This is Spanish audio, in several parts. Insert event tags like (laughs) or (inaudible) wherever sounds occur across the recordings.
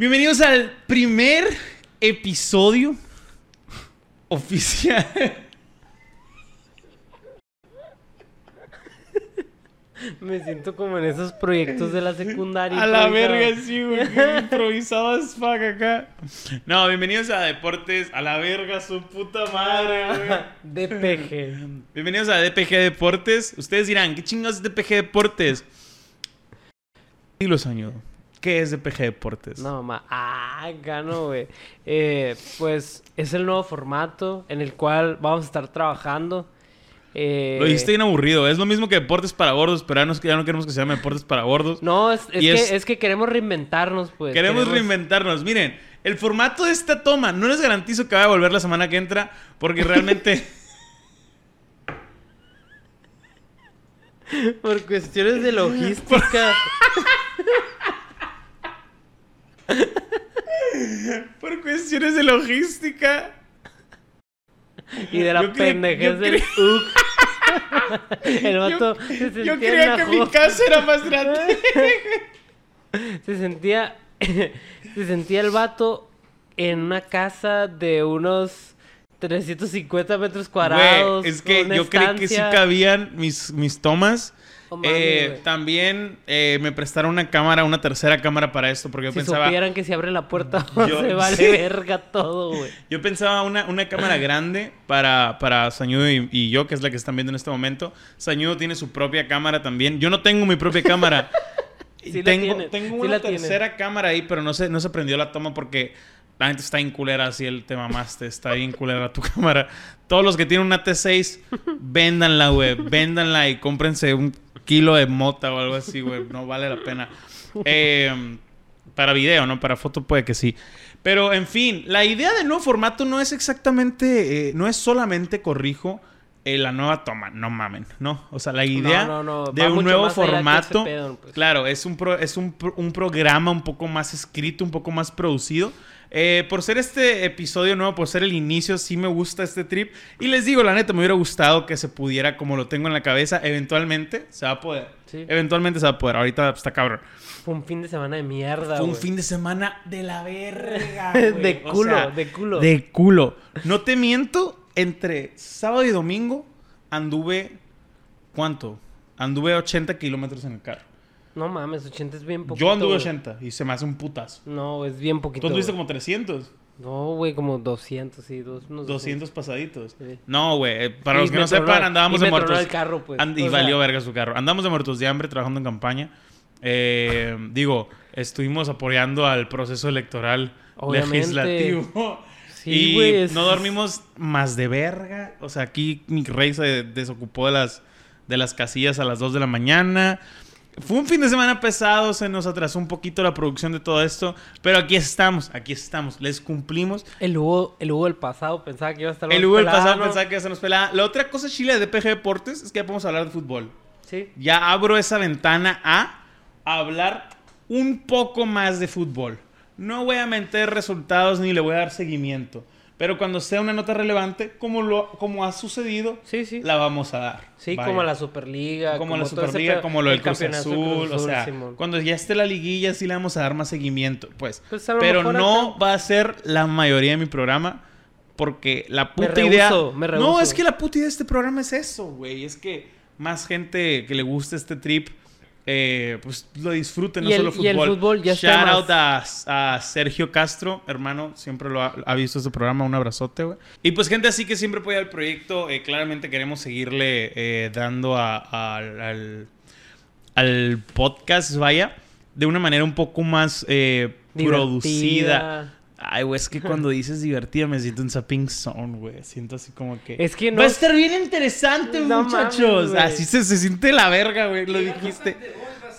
Bienvenidos al primer episodio oficial. Me siento como en esos proyectos de la secundaria. (laughs) A la improvisado. verga, sí, güey. qué Improvisado as fuck acá. No, bienvenidos a Deportes. A la verga, su puta (laughs) madre, güey. De peje. Bienvenidos a DPG Deportes. Ustedes dirán, ¿qué chingados es DPG Deportes? Y los años. ¿Qué es DPG Deportes? No, mamá. Ah, gano, güey. Eh, pues es el nuevo formato en el cual vamos a estar trabajando. Eh, Lo dijiste bien aburrido. ¿eh? Es lo mismo que Deportes para Gordos, pero ya no, ya no queremos que se llame Deportes para Gordos. No, es, es Y que, es- es... que queremos reinventarnos, pues. Queremos reinventarnos. Miren, el formato de esta toma no les garantizo que vaya a volver la semana que entra, porque (laughs) realmente (laughs) Por cuestiones de logística. por cuestiones de logística y de la Yo creí- pendejez yo del UC. (laughs) el vato yo, se sentía yo en creía la que mi jo- casa era más (laughs) grande. Se sentía. (laughs) se sentía el vato en una casa de unos 350 metros cuadrados. Güey, es que una yo creí que sí estancia. cabían mis, mis tomas. No mames, Eh, güey. también eh, me prestaron una cámara, una tercera cámara para esto, porque yo Si pensaba, supieran que si abre la puerta (laughs) (laughs) Yo- se vale sí. verga todo, güey. Yo pensaba una, una cámara grande para, para Sañudo y, y yo, que es la que están viendo en este momento. Sañudo tiene su propia cámara también. Yo no tengo mi propia cámara. (laughs) Sí la tengo tiene, tengo sí una la tiene. tercera cámara ahí, pero no se, no se prendió la toma porque la gente está bien culera así el te mamaste. Está bien culera tu (laughs) cámara. Todos los que tienen una T6, véndanla, güey. Véndanla y cómprense un kilo de mota o algo así, güey. No vale la (laughs) pena. Eh, para video, ¿no? Para foto puede que sí. Pero, en fin, la idea del nuevo formato no es exactamente, eh, no es solamente corrijo eh, la nueva toma, no mamen, ¿no? O sea, la idea no, no, va de un mucho nuevo más allá que ese formato, pedo, pues. claro, es, un, pro- es un, pro- un programa un poco más escrito, un poco más producido. Eh, por ser este episodio nuevo, por ser el inicio, sí me gusta este trip. Y les digo, la neta, me hubiera gustado que se pudiera, como lo tengo en la cabeza, eventualmente se va a poder. Sí. Eventualmente se va a poder. Ahorita pues, está cabrón. Fue un fin de semana de mierda, Fue un güey. fin de semana de la verga. güey. (laughs) de O culo, sea, de culo. de culo. No te miento, entre sábado y domingo anduve. ¿Cuánto? Anduve 80 kilómetros en el carro. No mames, 80 es bien poquito. Yo anduve güey. 80 y se me hace un putazo. No, es bien poquito. Tú anduviste güey. como 300, No, güey, como 200, sí, dos, unos 200 pasaditos. Sí. No, güey. eh, Para Y los que me no tronó- sepan, andábamos y de me tronó muertos. el carro, pues. And- y O sea- valió verga su carro. Andamos de muertos de hambre trabajando en campaña. Eh, digo, estuvimos apoyando al proceso electoral Obviamente. legislativo. Sí, y güey, es- no dormimos más de verga. O sea, aquí mi rey se desocupó de las, de las casillas a las 2 de la mañana. Fue un fin de semana pesado, se nos atrasó un poquito la producción de todo esto, pero aquí estamos, aquí estamos, les cumplimos. El Hugo, el Hugo del pasado pensaba que iba a estar El más Uber pelado, pasado ¿no? pensaba que se nos pelaba. La otra cosa chila de DPG Deportes es que ya podemos hablar de fútbol. Sí. Ya abro esa ventana a hablar un poco más de fútbol. No voy a meter resultados ni le voy a dar seguimiento. Pero cuando sea una nota relevante, como, lo, como ha sucedido, Sí, sí. la vamos a dar. Sí, Vaya. como la Superliga. como la todo ese Superliga, pedo, como lo el del Cruz campeonato Azul, del o Azul, sea, Simón. cuando ya esté la liguilla sí le vamos a dar más seguimiento, pues. Pues, a lo Pero mejor no acá- va a ser la mayoría de mi programa porque la Me puta idea rehúso, me No, rehúso. es que la puta idea de este programa es eso, güey, es que más gente que le guste este trip eh, pues lo disfruten, no Y el- solo fútbol. y el fútbol ya está Shout más- out a, a Sergio Castro, hermano, siempre lo ha, ha visto este programa, un abrazote, güey. Y pues gente así que siempre apoya el proyecto, eh, claramente queremos seguirle eh, dando a- a- al, al podcast, vaya, de una manera un poco más eh, Divertida. producida. Ay, güey, es que cuando dices divertida me siento en Sapping Zone, güey. Siento así como que... Es que Va no- a estar bien interesante, No muchachos. mames, güey. así se, se siente la verga, güey. Lo dijiste.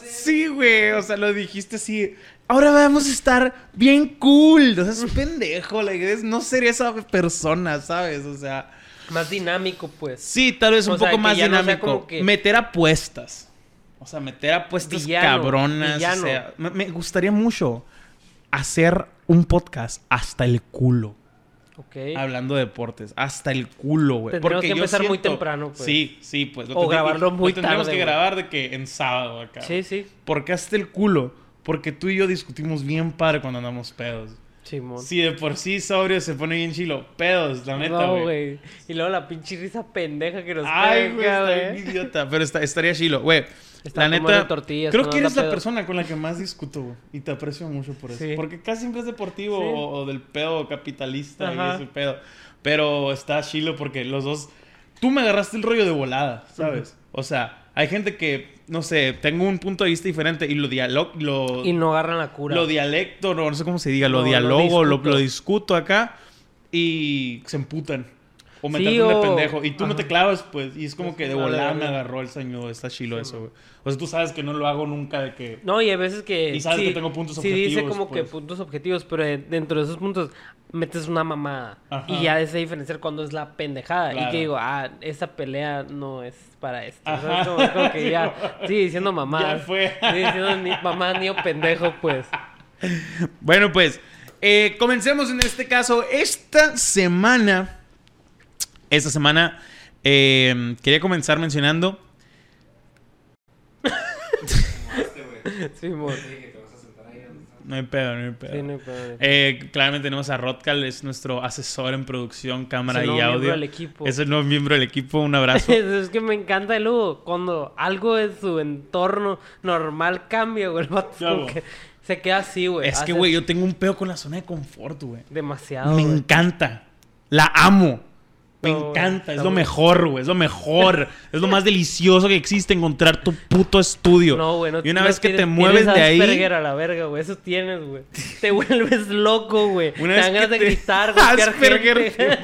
Sí, güey. O sea, lo dijiste así. Ahora vamos a estar bien cool. O sea, es pendejo. La idea es no ser esa persona, ¿sabes? O sea... Más dinámico, pues. Sí, tal vez un O sea, poco que más ya no sea dinámico. como que- Meter apuestas. O sea, meter apuestas Villano, cabronas. villano. O sea, me, me gustaría mucho hacer un podcast hasta el culo. Ok. Hablando de deportes. Hasta el culo, güey. Tendremos Porque que yo empezar muy siento- temprano, pues. Sí, sí, pues. O grabarlo muy Lo tendremos que tarde, güey. grabar de que en sábado acá. Sí, sí. ¿Por qué hasta el culo? Porque tú y yo discutimos bien padre cuando andamos pedos. Simón. Si de por sí sobrio se pone bien chilo, pedos, la neta, No, güey. güey. Y luego la pinche risa pendeja que nos Ay, güey, pega, está bien idiota. Pero está- estaría chilo, güey. Está La comiendo neta, tortillas, creo no que anda eres la pedo. persona con la que más discuto, güey. Y te aprecio mucho por eso. Sí. Porque casi siempre es deportivo Sí. o, o del pedo capitalista Ajá. y ese pedo. Pero está chilo porque los dos... Tú me agarraste el rollo de volada, ¿sabes? O sea, hay gente que, no sé, tengo un punto de vista diferente y lo dialog... Lo... Y no agarran la cura. Lo dialecto, no, no sé cómo se diga, lo No, lo dialogo, lo, discuto. lo discuto acá y se emputan. O me Sí, tratan o- de pendejo. Y tú no ajá. te clavas, pues. Y es como Es que de una volada verga. me agarró el señor. Está chilo eso, güey. O sea, tú sabes que no lo hago nunca de que. No, y hay veces que. Y sabes que tengo puntos sí dice objetivos, como que pues. puntos objetivos, pero eh, dentro de esos puntos metes una mamada. Ajá. Y ya de diferenciar cuando es la pendejada. Y Claro. que digo, ah, esa pelea no es para esto. O Ajá. sea, es (laughs) como, como que ya. Sí, diciendo mamá. Ya fue. (laughs) Sí, diciendo ni mamá ni o pendejo, pues. Bueno, pues. eh, comencemos en este caso. Esta semana. Esta semana. eh, quería comenzar mencionando. Sí, mo- No hay pedo, no hay pedo. sí, no hay problema. (laughs) Eh, claramente tenemos a Rodcal, es nuestro asesor en producción, cámara Es el y nuevo miembro audio. del equipo. Es el nuevo miembro del equipo, un abrazo. (laughs) es que me encanta el Hugo. Cuando algo de su entorno normal cambia, güey, el vato Ya, como güey. que se queda así, güey. es Hace que, güey, yo tengo un pedo con la zona de confort, güey. Demasiado. Me güey. encanta. La amo. Me No, güey, encanta, es está lo bueno. mejor, güey, es lo mejor, es lo más delicioso que existe encontrar tu puto estudio. No, güey, no y una no vez que tienes- te mueves de tienes ahí, Asperger a la verga, güey. Eso tienes, güey. Te vuelves loco, güey. Te Una vez dan ganas que te- de gritar, golpear Asperger, gente.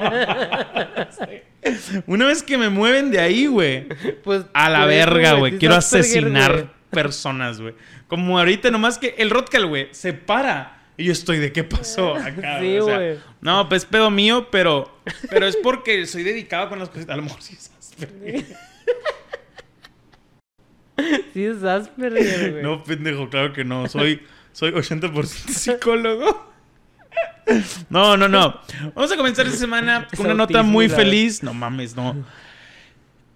te (laughs) una vez que me mueven de ahí, güey, (laughs) Pues, A la por eso, verga, te güey. Quiero hizo Asperger, asesinar güey. personas, güey. Como ahorita, nomás que el Rodcal, güey, se para. Y yo estoy de qué pasó acá. Eh, Sí, o sea, güey. no, pues pedo mío, pero. Pero es porque soy dedicado con las cositas. A lo mejor sí es Asperger. Sí, es Asperger, güey. No, pendejo, claro que no. Soy, soy 80% psicólogo. No, no, no. Vamos a comenzar esta (laughs) semana Es con una nota autismo, muy la verdad. feliz. No mames, no.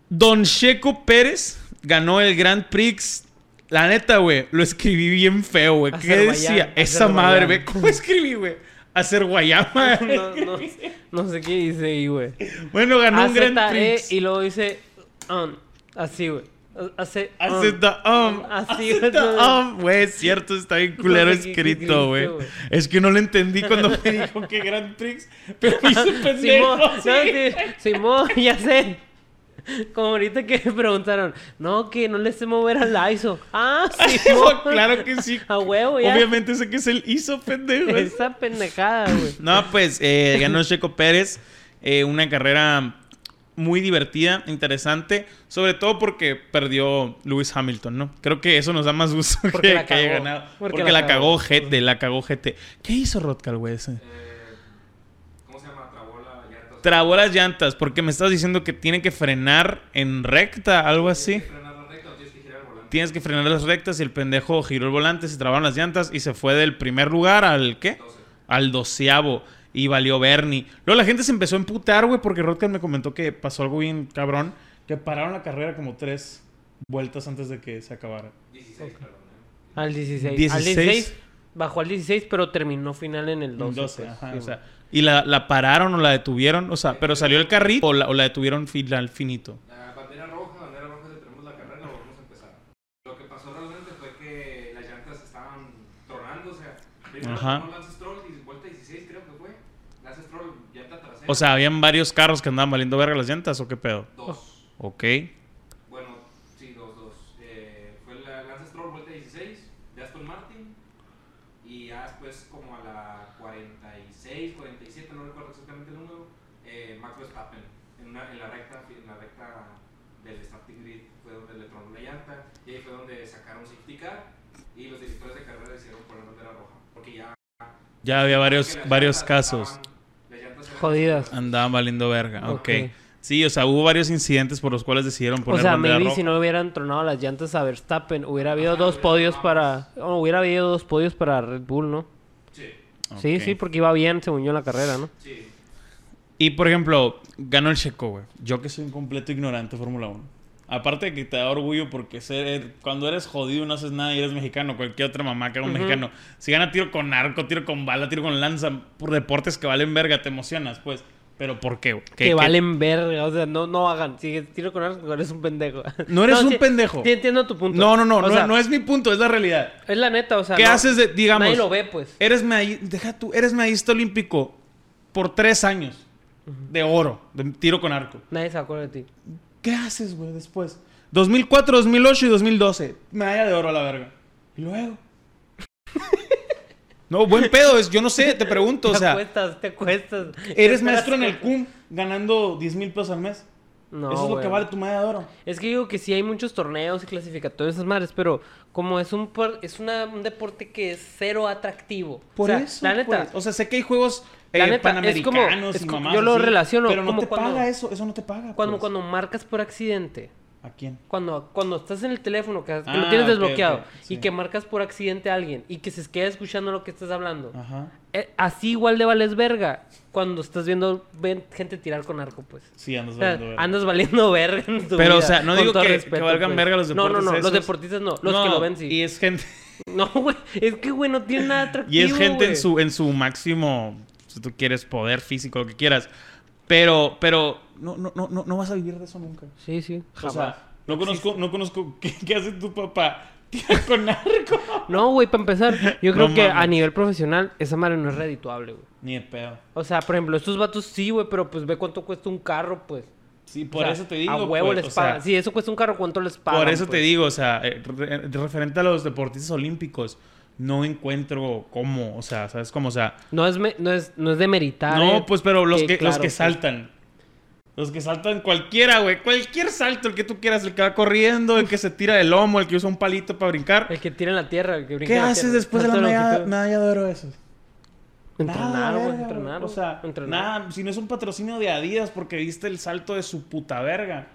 Don Checo Pérez ganó el Grand Prix. La neta, güey, lo escribí bien feo, güey. ¿Qué Azerbaiyán, decía? Esa Azerbaiyán. madre, güey. ¿Cómo escribí, (laughs) güey? Hacer guayama. (laughs) No, no, no sé qué dice ahí, güey. Bueno, ganó un AZE Grand Prix. eh, y luego dice um, así, güey. Hace Hace the um. Así, Hace the güey. um. Güey, es cierto, está bien culero No sé qué- qué escrito, güey. escribiste, güey. Es que no lo entendí cuando me dijo que Grand Prix. Pero me hizo pendejo. (laughs) Simón, no, sí. sí, Simón, (laughs) ya sé. Como ahorita que me preguntaron, no, que no le sé mover al ISO. (laughs) Ah, sí. Dijo, claro que sí. A huevo, ya. Obviamente sé que es el hizo pendejo. es- Esa pendejada, güey. No, pues eh, ganó Checo Pérez. eh, una carrera muy divertida, interesante. Sobre todo porque perdió Lewis Hamilton, ¿no? Creo que eso nos da más gusto Porque que, la que haya cagó. ganado. Porque Porque, la la, cagó cagó. Gete, la cagó Gete. ¿Qué hizo Rodcal, güey? ese? Eh, ¿Cómo se llama? Trabó la llanta. o sea, Trabó las llantas porque me estás diciendo que tiene que frenar en recta, algo así. ¿Tienes que frenar la recta o tienes que girar el volante? Tienes que frenar las rectas y el pendejo giró el volante, se trabaron las llantas y se fue del primer lugar al ¿qué? 12. Al doceavo. Y valió Bernie. Luego la gente se empezó a emputar, güey, porque Rodkan me comentó que pasó algo bien cabrón. Que pararon la carrera como tres vueltas antes de que se acabara. 16, perdón. eh. Al 16. Al 16. 16. Bajó al 16, pero terminó final en el 12. Un 12, pues, ajá, sí, o sea, y la, la pararon o la detuvieron, o sea, pero salió el carrito o la, o la detuvieron final finito. La bandera roja, bandera roja, detenemos la carrera, volvemos a empezar. Lo que pasó realmente fue que las llantas estaban tronando, o sea, primero Ajá. tomó Lance Stroll, y vuelta 16 creo que fue. Lance Stroll, llanta trasera. O sea, habían varios carros que andaban valiendo verga las llantas o qué pedo. Dos. Ok. Bueno, sí, dos, dos. Eh, fue la Lance Stroll, vuelta 16, de Aston Martin. Y ya después, como a la 46, 47, no recuerdo exactamente el número, eh, Max Verstappen. En, una- en la recta, en la recta del starting grid fue donde le tronó la llanta. Y ahí fue donde sacaron safety car. Y los directores de carrera hicieron poner bandera roja. Porque ya. Ya había varios, porque las varios llantas casos. estaban- las llantas eran- Jodidas. Andaban valiendo verga, ok. Ok. Sí, o sea, hubo varios incidentes por los cuales decidieron O poner sea, bandera maybe roja. si no hubieran tronado las llantas a Verstappen, hubiera habido dos podios para. o hubiera habido dos podios para Red Bull, ¿no? Sí, Ok. Sí, sí, porque iba bien, según yo, en la carrera, ¿no? sí. Y por ejemplo, ganó el Checo, güey. Yo que soy un completo ignorante de Fórmula 1. Aparte de que te da orgullo porque ser- eh, cuando eres jodido y no haces nada y eres mexicano, cualquier otra mamá que haga un Ujú. mexicano, si gana tiro con arco, tiro con bala, tiro con lanza, por deportes que valen verga, te emocionas, pues. Pero ¿por qué? güey? ¿Qué- Que, qué- valen verga, o sea, no, no hagan. Si tiro con arco, eres un pendejo. No eres un sí- pendejo. sí entiendo tu punto. No, no, no, O no, sea, no es mi punto, es la realidad. es la neta, o sea. ¿Qué no- haces de- digamos? Nadie lo ve, pues. Eres medall- deja tú, eres medallista olímpico por tres años de oro, de tiro con arco. Nadie se acuerda de ti. ¿Qué haces, güey, después? 2004, 2008 y 2012. Medalla de oro a la verga. Y luego. (laughs) no, buen pedo, es, yo no sé, te pregunto, o te sea, acuestas, te acuestas. eres maestro en el CUM ganando 10 mil pesos al mes. No, Eso es lo güey. que vale tu medalla de oro. Es que digo que sí hay muchos torneos y clasificatorios esas madres, pero como es un por- es una, un deporte que es cero atractivo. Por o sea, eso. la neta, pues. O sea, sé que hay juegos eh, La neta, es como- panamericanos es y como- mamás. yo lo así, relaciono Pero no como te cuando- paga eso, eso no te paga. cuando, pues. cuando marcas por accidente, ¿A quién? cuando, cuando estás en el teléfono, que, que Ah, lo tienes ok, desbloqueado, ok, sí. y que marcas por accidente a alguien, y que se queda escuchando lo que estás hablando. Ajá. Eh, así igual de vales verga cuando estás viendo ven- gente tirar con arco, pues. Sí, andas O sea, valiendo verga. andas valiendo verga en tu Pero, o vida, sea, no con digo todo que- que respeto, pues. valgan verga los No, no, no, deportes los esos. deportistas no, los que lo ven sí. Y es gente, No, (laughs) güey. Es que, güey, no tiene nada atractivo. y es gente en güey. su, en su máximo, si tú quieres, poder físico, lo que quieras. Pero, pero, no, no, no, no no vas a vivir de eso nunca. Sí, sí. O sea, no conozco, no conozco (laughs) qué, qué hace tu papá. Tira con narco. No, güey, para empezar, (laughs) yo No creo que a mames. nivel profesional esa madre no es redituable, güey. Ni de pedo. O sea, por ejemplo, estos vatos sí, güey, pero pues ve cuánto cuesta un carro, pues. Sí, O por sea, eso te digo. A huevo pues, les o sea, pagan. sí, eso cuesta un carro, ¿cuánto les pagan? Por eso te pues? digo, o sea, eh, re- referente a los deportistas olímpicos, no encuentro cómo, o sea, ¿sabes cómo? O sea, No es, me- no es, no es demeritar. eh, no, pues, pero los que, los claro, que pues. saltan. Los que saltan cualquiera, güey. Cualquier salto, el que tú quieras, el que va corriendo, el que se tira del lomo, el que usa un palito para brincar. El que tira en la tierra, el que brinca ¿Qué en la haces tierra. después de la Salto medalla, longitud. medalla de oro esos? Entrenar, güey, verga, entrenar. O sea, entrenar. nada, si no es un patrocinio de Adidas porque viste el salto de su puta verga.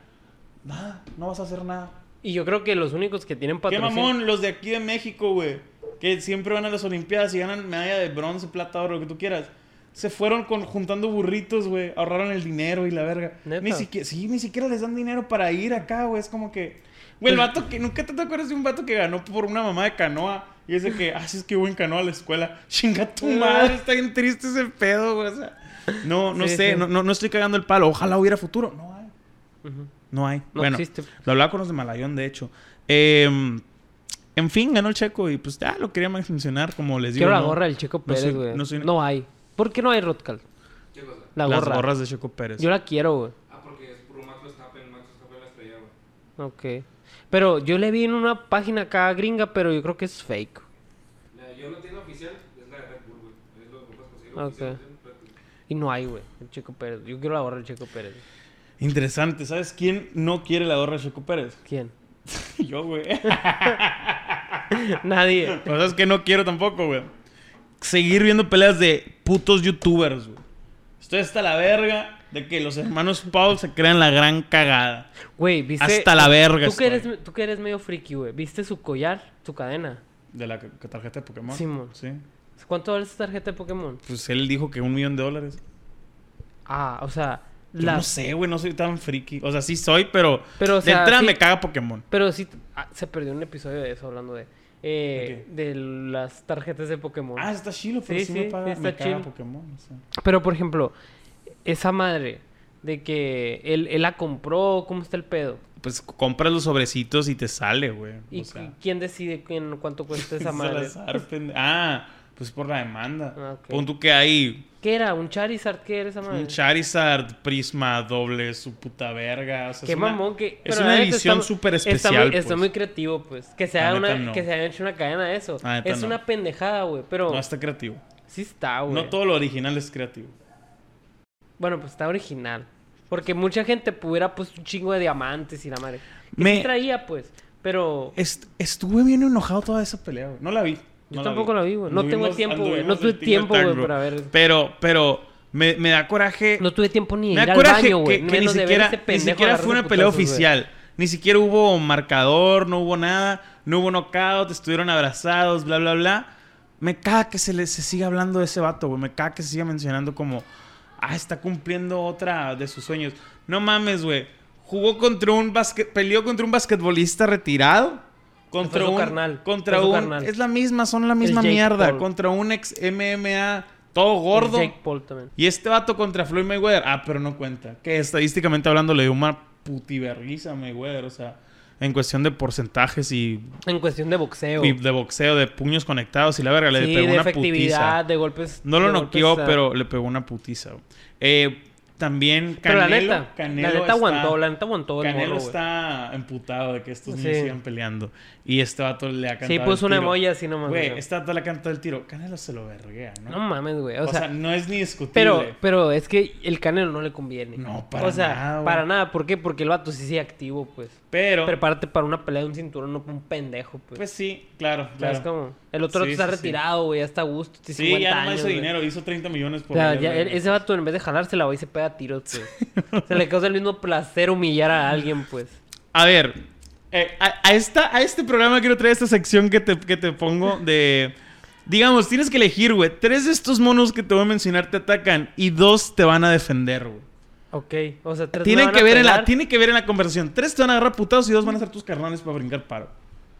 Nada, no vas a hacer nada. Y yo creo que los únicos que tienen Qué patrocinio... mamón, los de aquí de México, güey. Que siempre van a las Olimpiadas y ganan medalla de bronce, plata, oro, lo que tú quieras. Se fueron con, juntando burritos, güey. Ahorraron el dinero y la verga. ¿Neta? Ni siquiera, sí, ni siquiera les dan dinero para ir acá, güey. Es como que. Güey, el vato que. Nunca te, te acuerdas de un vato que ganó por una mamá de canoa. Y es de que, ah, sí, es que voy en canoa a la escuela. Chinga tu madre, Ah, está bien triste ese pedo, güey. O sea, no, no Sí, sé, sí. No, no, no estoy cagando el palo. Ojalá hubiera futuro. No hay. Ujú. No hay. No bueno, existe. lo hablaba con los de Malayón, de hecho. Eh, en fin, ganó el Checo y pues ya lo quería mencionar, como les digo. Quiero la no- gorra del Checo no soy- Pérez, güey. No No, soy- hay. ¿Por qué no hay Rotcal? ¿Qué cosa? La las gorra. gorras de Checo Pérez. Yo la quiero, güey. Ah, porque es puro Max Verstappen, Max Verstappen la estrella, güey. Ok. Pero yo le vi en una página acá gringa, pero yo creo que es fake. La- yo la tienda oficial es la de Red Bull, güey. Es lo que puedes conseguir Ok. oficial en Red Bull. Y no hay, güey. El Checo Pérez. Yo quiero la gorra del Checo Pérez. Interesante, ¿sabes quién no quiere la gorra de Checo Pérez? (laughs) ¿Quién? (laughs) Yo, güey. Nadie. Pero sabes que no quiero tampoco, güey. Seguir viendo peleas de putos youtubers, güey. Estoy hasta la verga de que los hermanos Paul se crean la gran cagada. Güey, viste. Hasta la verga Tú que, estoy. eres, tú que eres medio friki, güey. ¿Viste su collar? Su cadena. De la ca- tarjeta de Pokémon. Simón. Sí. ¿Cuánto vale esa tarjeta de Pokémon? Pues él dijo que un millón de dólares. Ah, o sea. Yo la- no sé, güey, no soy tan friki. O sea, sí soy, pero, Pero, o de sea, entrada sí- me caga Pokémon. Pero sí. ah, se perdió un episodio de eso hablando de. eh, ¿De de las tarjetas de Pokémon. Ah, está chilo, pero sí, Sí, me, sí, paga, sí está me caga chilo. Pokémon. o sea. Pero, por ejemplo, esa madre de que él, él la compró, ¿cómo está el pedo? Pues compras los sobrecitos y te sale, güey. ¿Y o (laughs) sea, y quién decide quién- cuánto (laughs) cuesta es esa al madre? azar, pende- Ah, pues por la demanda. Ah, ok. Ah, Pon tú que hay ¿Qué era? ¿Un Charizard? ¿Qué era esa madre? un Charizard, Prisma, doble, su puta verga. o sea, Qué es una- mamón que... Es pero la una neta edición está- súper está muy- especial. Está, pues. muy creativo, pues. Que se, La haga neta una, no. que se haya hecho una cadena de eso. La neta Es no. una pendejada, güey. Pero No está creativo. sí está, Ah, güey. No todo lo original es creativo. Bueno, pues está original. Porque mucha gente hubiera puesto un chingo de diamantes y la madre. Que Me- sí traía, pues. Pero... Est- estuve bien enojado toda esa pelea, güey. No la vi. Yo No tampoco la vi, güey. No tengo el tiempo, güey. No anduvimos tuve del tingo al tiempo, güey, tango. para ver. Pero, pero, me, me da coraje. No tuve tiempo ni de me ir da al coraje baño, güey. que, que ni menos de ver siquiera, ese ni pendejo siquiera agarrarse fue una a pelea putazos, güey. oficial. Ni siquiera hubo marcador, no hubo nada. No hubo knockout, estuvieron abrazados, bla, bla, bla. Me caga que se le se siga hablando de ese vato, güey. Me caga que se siga mencionando como... Ah, está cumpliendo otra de sus sueños. No mames, güey. jugó contra un basque- peleó contra un basquetbolista retirado. Contra Fue su un carnal, Contra fue su un. carnal. Es la misma, son la misma Jake mierda. Paul. Contra un ex MMA todo gordo. Jake Paul también. Y este vato contra Floyd Mayweather, ah, pero no cuenta. Que estadísticamente hablando le dio una putiberguiza a Mayweather, o sea, en cuestión de porcentajes y, En cuestión de boxeo. y de boxeo, de puños conectados y la verga, le sí, pegó de una efectividad, putiza. de golpes. No lo de noqueó, golpes, ah. pero le pegó una putiza. güey. Eh, también Canelo, Pero la neta, Canelo la neta está- aguantó, la neta aguantó el Canelo morro, güey. está emputado de que estos niños Sí. sigan peleando. Y este vato le ha cantado Sí, el puso una tiro. molla así nomás. Güey, güey. este vato le ha cantado el tiro. Canelo se lo verguea, ¿no? No mames, güey. o, O, sea, sea, no es ni discutible. pero, pero es que el Canelo no le conviene. No, para O sea, nada, güey. para nada. ¿Por qué? Porque el vato sí sigue activo, pues. Pero, Prepárate para una pelea de un cinturón, no para un pendejo, pues. pues sí, claro, ¿Sabes claro. cómo? El otro Sí, está sí, sí. retirado, güey. Ya está a gusto. tiene Sí, 50 ya no años, hizo güey. dinero, hizo 30 millones por O sea, él, ya, e-, güey. ese vato en vez de jalarse la va y se pega a tiros, pues. se le causa el mismo placer humillar a alguien, pues. A ver, eh, a, a esta, a este programa quiero traer esta sección que te, que te pongo de... Digamos, tienes que elegir, güey. Tres de estos monos que te voy a mencionar te atacan y dos te van a defender, güey. Ok, o sea, tres me Tienen van que, a ver en la, pegar, tiene que ver en la conversación. Tres te van a agarrar putados y dos van a ser tus carnales para brincar paro.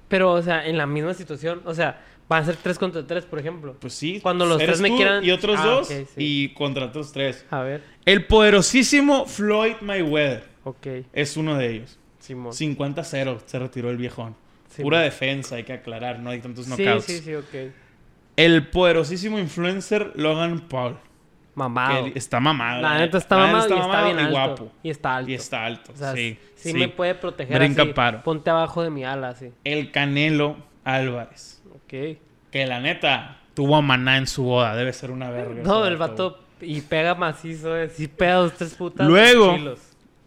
Pero, o sea, en la misma situación. O sea, van a ser tres contra tres, por ejemplo. Pues sí. Cuando los eres tres me tú quieran- Y otros Ah, dos ok, sí. y contra otros tres. A ver, El poderosísimo Floyd Mayweather ok, es uno de ellos. Simón. 50-0 se retiró el viejón. Sí, Pura güey. defensa, hay que aclarar, no hay tantos sí, knockouts. sí, sí, ok. El poderosísimo influencer Logan Paul. Mamado. Que está mamado. eh. La neta está la neta mamado, y está bien y alto. guapo. Y está alto. Y está alto. O sea, sí, sí, sí. me puede proteger Brinca así. paro. Ponte abajo de mi ala, así. El Canelo Álvarez. Ok. Que la neta tuvo a Maná en su boda. Debe ser una verga. No, ese el güey. vato y pega macizo, eh. Sí pega dos, tres putas. Luego. kilos.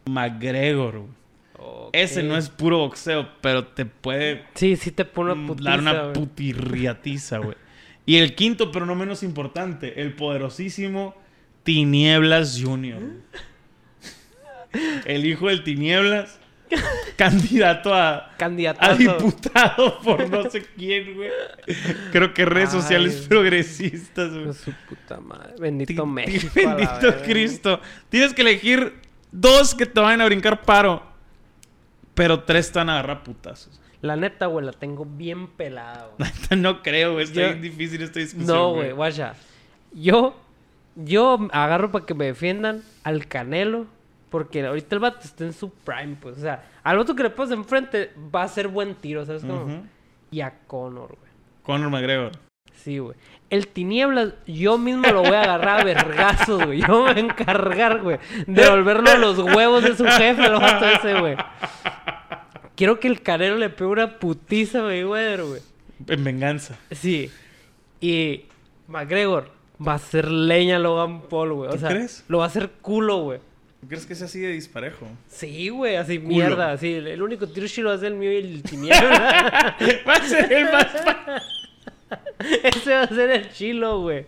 McGregor. güey. Ok. Ese no es puro boxeo, pero te puede Sí, sí te pone una mm, putiza, dar una güey. putirriatiza, güey. Y el quinto, pero no menos importante, el poderosísimo Tinieblas Jr. güey. El hijo del Tinieblas, candidato a, a Candidatazo. diputado por no sé quién, güey. Creo que redes Ay, sociales güey. progresistas, güey. Hijo de Su puta madre. Ti- Bendito ti- México. a la Bendito verga. Cristo. Tienes que elegir dos que te van a brincar paro, pero tres te van a agarrar putazos. La neta, güey, la tengo bien pelada, (laughs) güey. No creo, güey. Está Yo- bien difícil esta discusión. No, güey, guacha. Yo, yo agarro para que me defiendan al Canelo. Porque ahorita el vato está en su prime, pues. O sea, al vato que le pones enfrente va a ser buen tiro, ¿sabes cómo? Ujú. Y a Conor, güey. Conor McGregor. Sí, güey. El tinieblas, yo mismo lo voy a agarrar a vergazos, güey. Yo me voy a encargar, güey, de volverlo a los huevos de su jefe, el vato ese, güey. Quiero que el Canelo le pegue una putiza a Mayweather, güey. En venganza. Sí. Y McGregor va a ser leña a Logan Paul, güey. O ¿Tú sea, crees? lo va a hacer culo, güey. ¿Crees que sea así de (laughs) disparejo? Sí, güey, así mierda, así. El el único tiro sí lo hace el mío y el tinieblas. Va a ser el más fa- Ese va a ser el chilo, güey.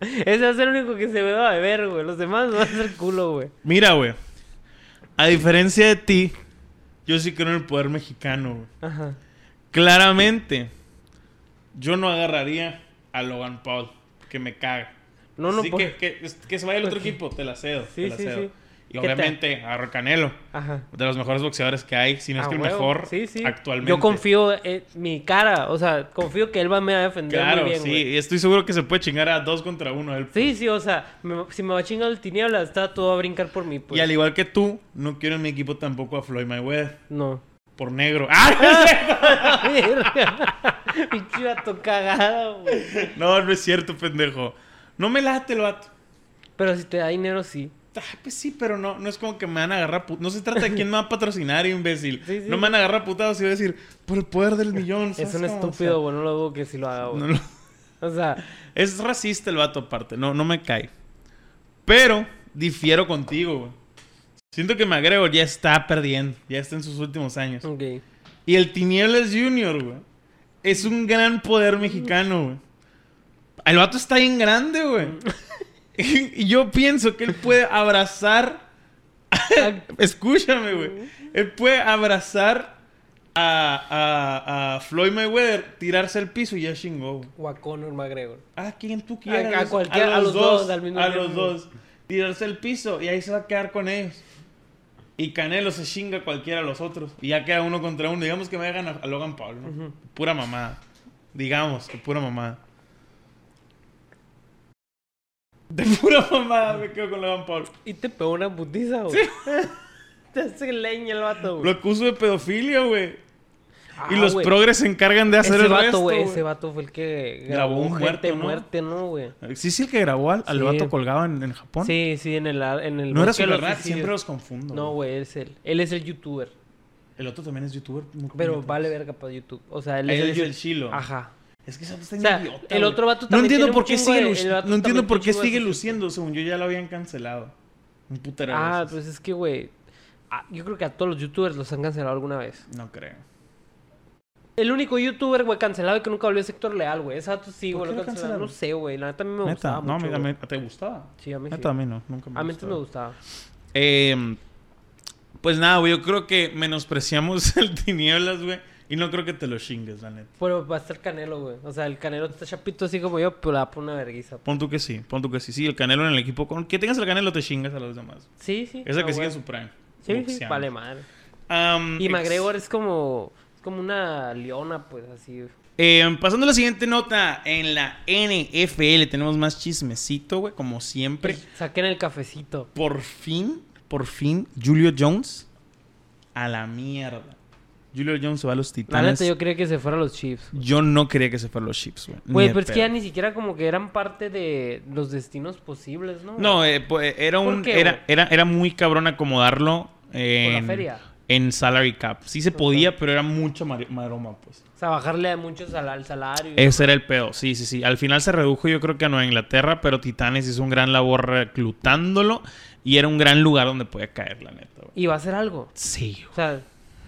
Ese va a ser el único que se me va a beber, güey. Los demás van a ser culo, güey. Mira, güey. A diferencia de ti, yo sí creo en el poder mexicano, güey. Ajá. Claramente, yo no agarraría a Logan Paul, que me caga. No, no, Así por- que, que, que se vaya al otro equipo, te la cedo. Sí, te la sí, cedo. sí. Y ¿Qué obviamente, agarro a Canelo, Ajá. de los mejores boxeadores que hay, si no es A que el huevo. mejor Sí, sí. actualmente. Yo confío en mi cara. O sea, confío que él va, me va a defender Claro, muy bien, sí, güey. y estoy seguro que se puede chingar a dos contra uno a él. Sí, sí, o sea, me- si me va a chingar el tiniebla, está todo a brincar por mí, pues. Y al igual que tú, no quiero en mi equipo tampoco a Floyd Mayweather. No. (laughs) Por negro. (laughs) ¡Ah! Pinche vato cagado, güey. No, no es cierto, pendejo. No me late el vato. Pero si te da dinero, sí. Ah, pues sí, pero no, no es como que me van a agarrar put- No se trata de quién me va a patrocinar, imbécil. (laughs) Sí, sí. No me van a agarrar putados y voy a decir, por el poder del millón. Es ¿sabes un cómo? O sea, estúpido, güey. No lo dudo que sí lo haga, güey. no lo- O sea, Es racista el vato aparte, no, no me cae. Pero difiero contigo, güey. Siento que McGregor ya está perdiendo, ya está en sus últimos años. ok. Y el Tinieblas Junior, güey, es un gran poder mexicano, güey. El vato está bien grande, güey. y yo pienso que él puede abrazar, escúchame, güey. Él puede abrazar a, a- a Floyd Mayweather, tirarse al piso y ya chingó, güey. O a Conor McGregor. A quien tú quieras. A- a los- cualquiera, a los dos al mismo a tiempo. los dos. Tirarse al piso y ahí se va a quedar con ellos. Y Canelo se chinga a cualquiera de los otros. Y ya queda uno contra uno. Digamos que me hagan a, a Logan Paul, ¿no? Ujú. Pura mamada. Digamos que pura mamada. De pura mamada me quedo con Logan Paul. Y te pegó una putiza, güey. (laughs) te hace leña el vato, Lo güey. acuso de pedofilia, güey. y Ah, los güey. progres se encargan de hacer Ese el vato, resto, güey. güey. Ese vato fue el que Grabó grabó un gente muerto, ¿no? muerte, ¿no, güey? Sí, sí, el que grabó al, al Sí. vato colgado en, en Japón. Sí, sí, en el... En el No era bosque de su los verdad, suicidios. siempre los confundo. No, güey, es él. Él es el youtuber. El otro también es youtuber. muy Pero puñetas. vale verga para YouTube. O sea, él, Él es you- el chilo. Ajá. Es que esa está O sea, bien idiota, el güey. otro vato No también entiendo tiene por un qué chingo sigue, de- luci- el vato no entiendo también por tiene qué un chingo de sigue suscriptores. luciendo. Según yo ya lo habían cancelado. Un putero. de Ah, veces. pues es que, güey... ah, Yo creo que a todos los youtubers los han cancelado alguna vez. No creo. El único youtuber, güey, cancelado y que nunca volvió es Héctor Leal, güey. Ese vato sí, ¿Por güey, qué lo lo cancelaron. No cancelaron? sé, güey. La neta a mí me Neta, gustaba no, a mucho, mí- a güey. mí- ¿te gustaba? Sí, a mí sí. Neta, a mí no. Nunca me A mí antes me gustaba. gustaba. Eh, pues nada, güey. Yo creo que menospreciamos (laughs) el tinieblas, güey. Y no creo que te lo chingues, la neta. Pero va a estar Canelo, güey. O sea, el Canelo está chapito así como yo, pero la pone una verguiza. Pon tú que sí, pon tú que sí. Sí, el canelo en el equipo. Con que tengas el canelo te chingas a los demás. Sí, sí. Esa Ah, que sigue güey. en su prime. Sí, sí, boxeando. vale madre. Am, Y ex- McGregor es como... Es como una leona, pues, así. güey. Eh, pasando a la siguiente nota, en la NFL tenemos más chismecito, güey, como siempre. Saquen el cafecito. Por fin, por fin, Julio Jones a la mierda. Julio Jones se va a los La Titanes. neta, yo yo... creía que se fueran los Chiefs. no quería que se fueran los Chips, güey. Ni Güey, de pero es que pedo. ya ni siquiera como que eran parte de los destinos posibles, ¿no? No, eh, po- eh, era ¿Por un qué, era, güey? era era muy cabrón acomodarlo eh, la en feria. en salary cap. Sí se podía, pero era mucho mari- maroma, pues. O sea, bajarle a muchos al, al salario. y- Ese era el pedo, sí, sí, sí. Al final se redujo yo creo que a Nueva Inglaterra, pero Titanes hizo un gran labor reclutándolo y era un gran lugar donde podía caer, la neta. güey. Y va a ser algo. Sí, güey. O sea,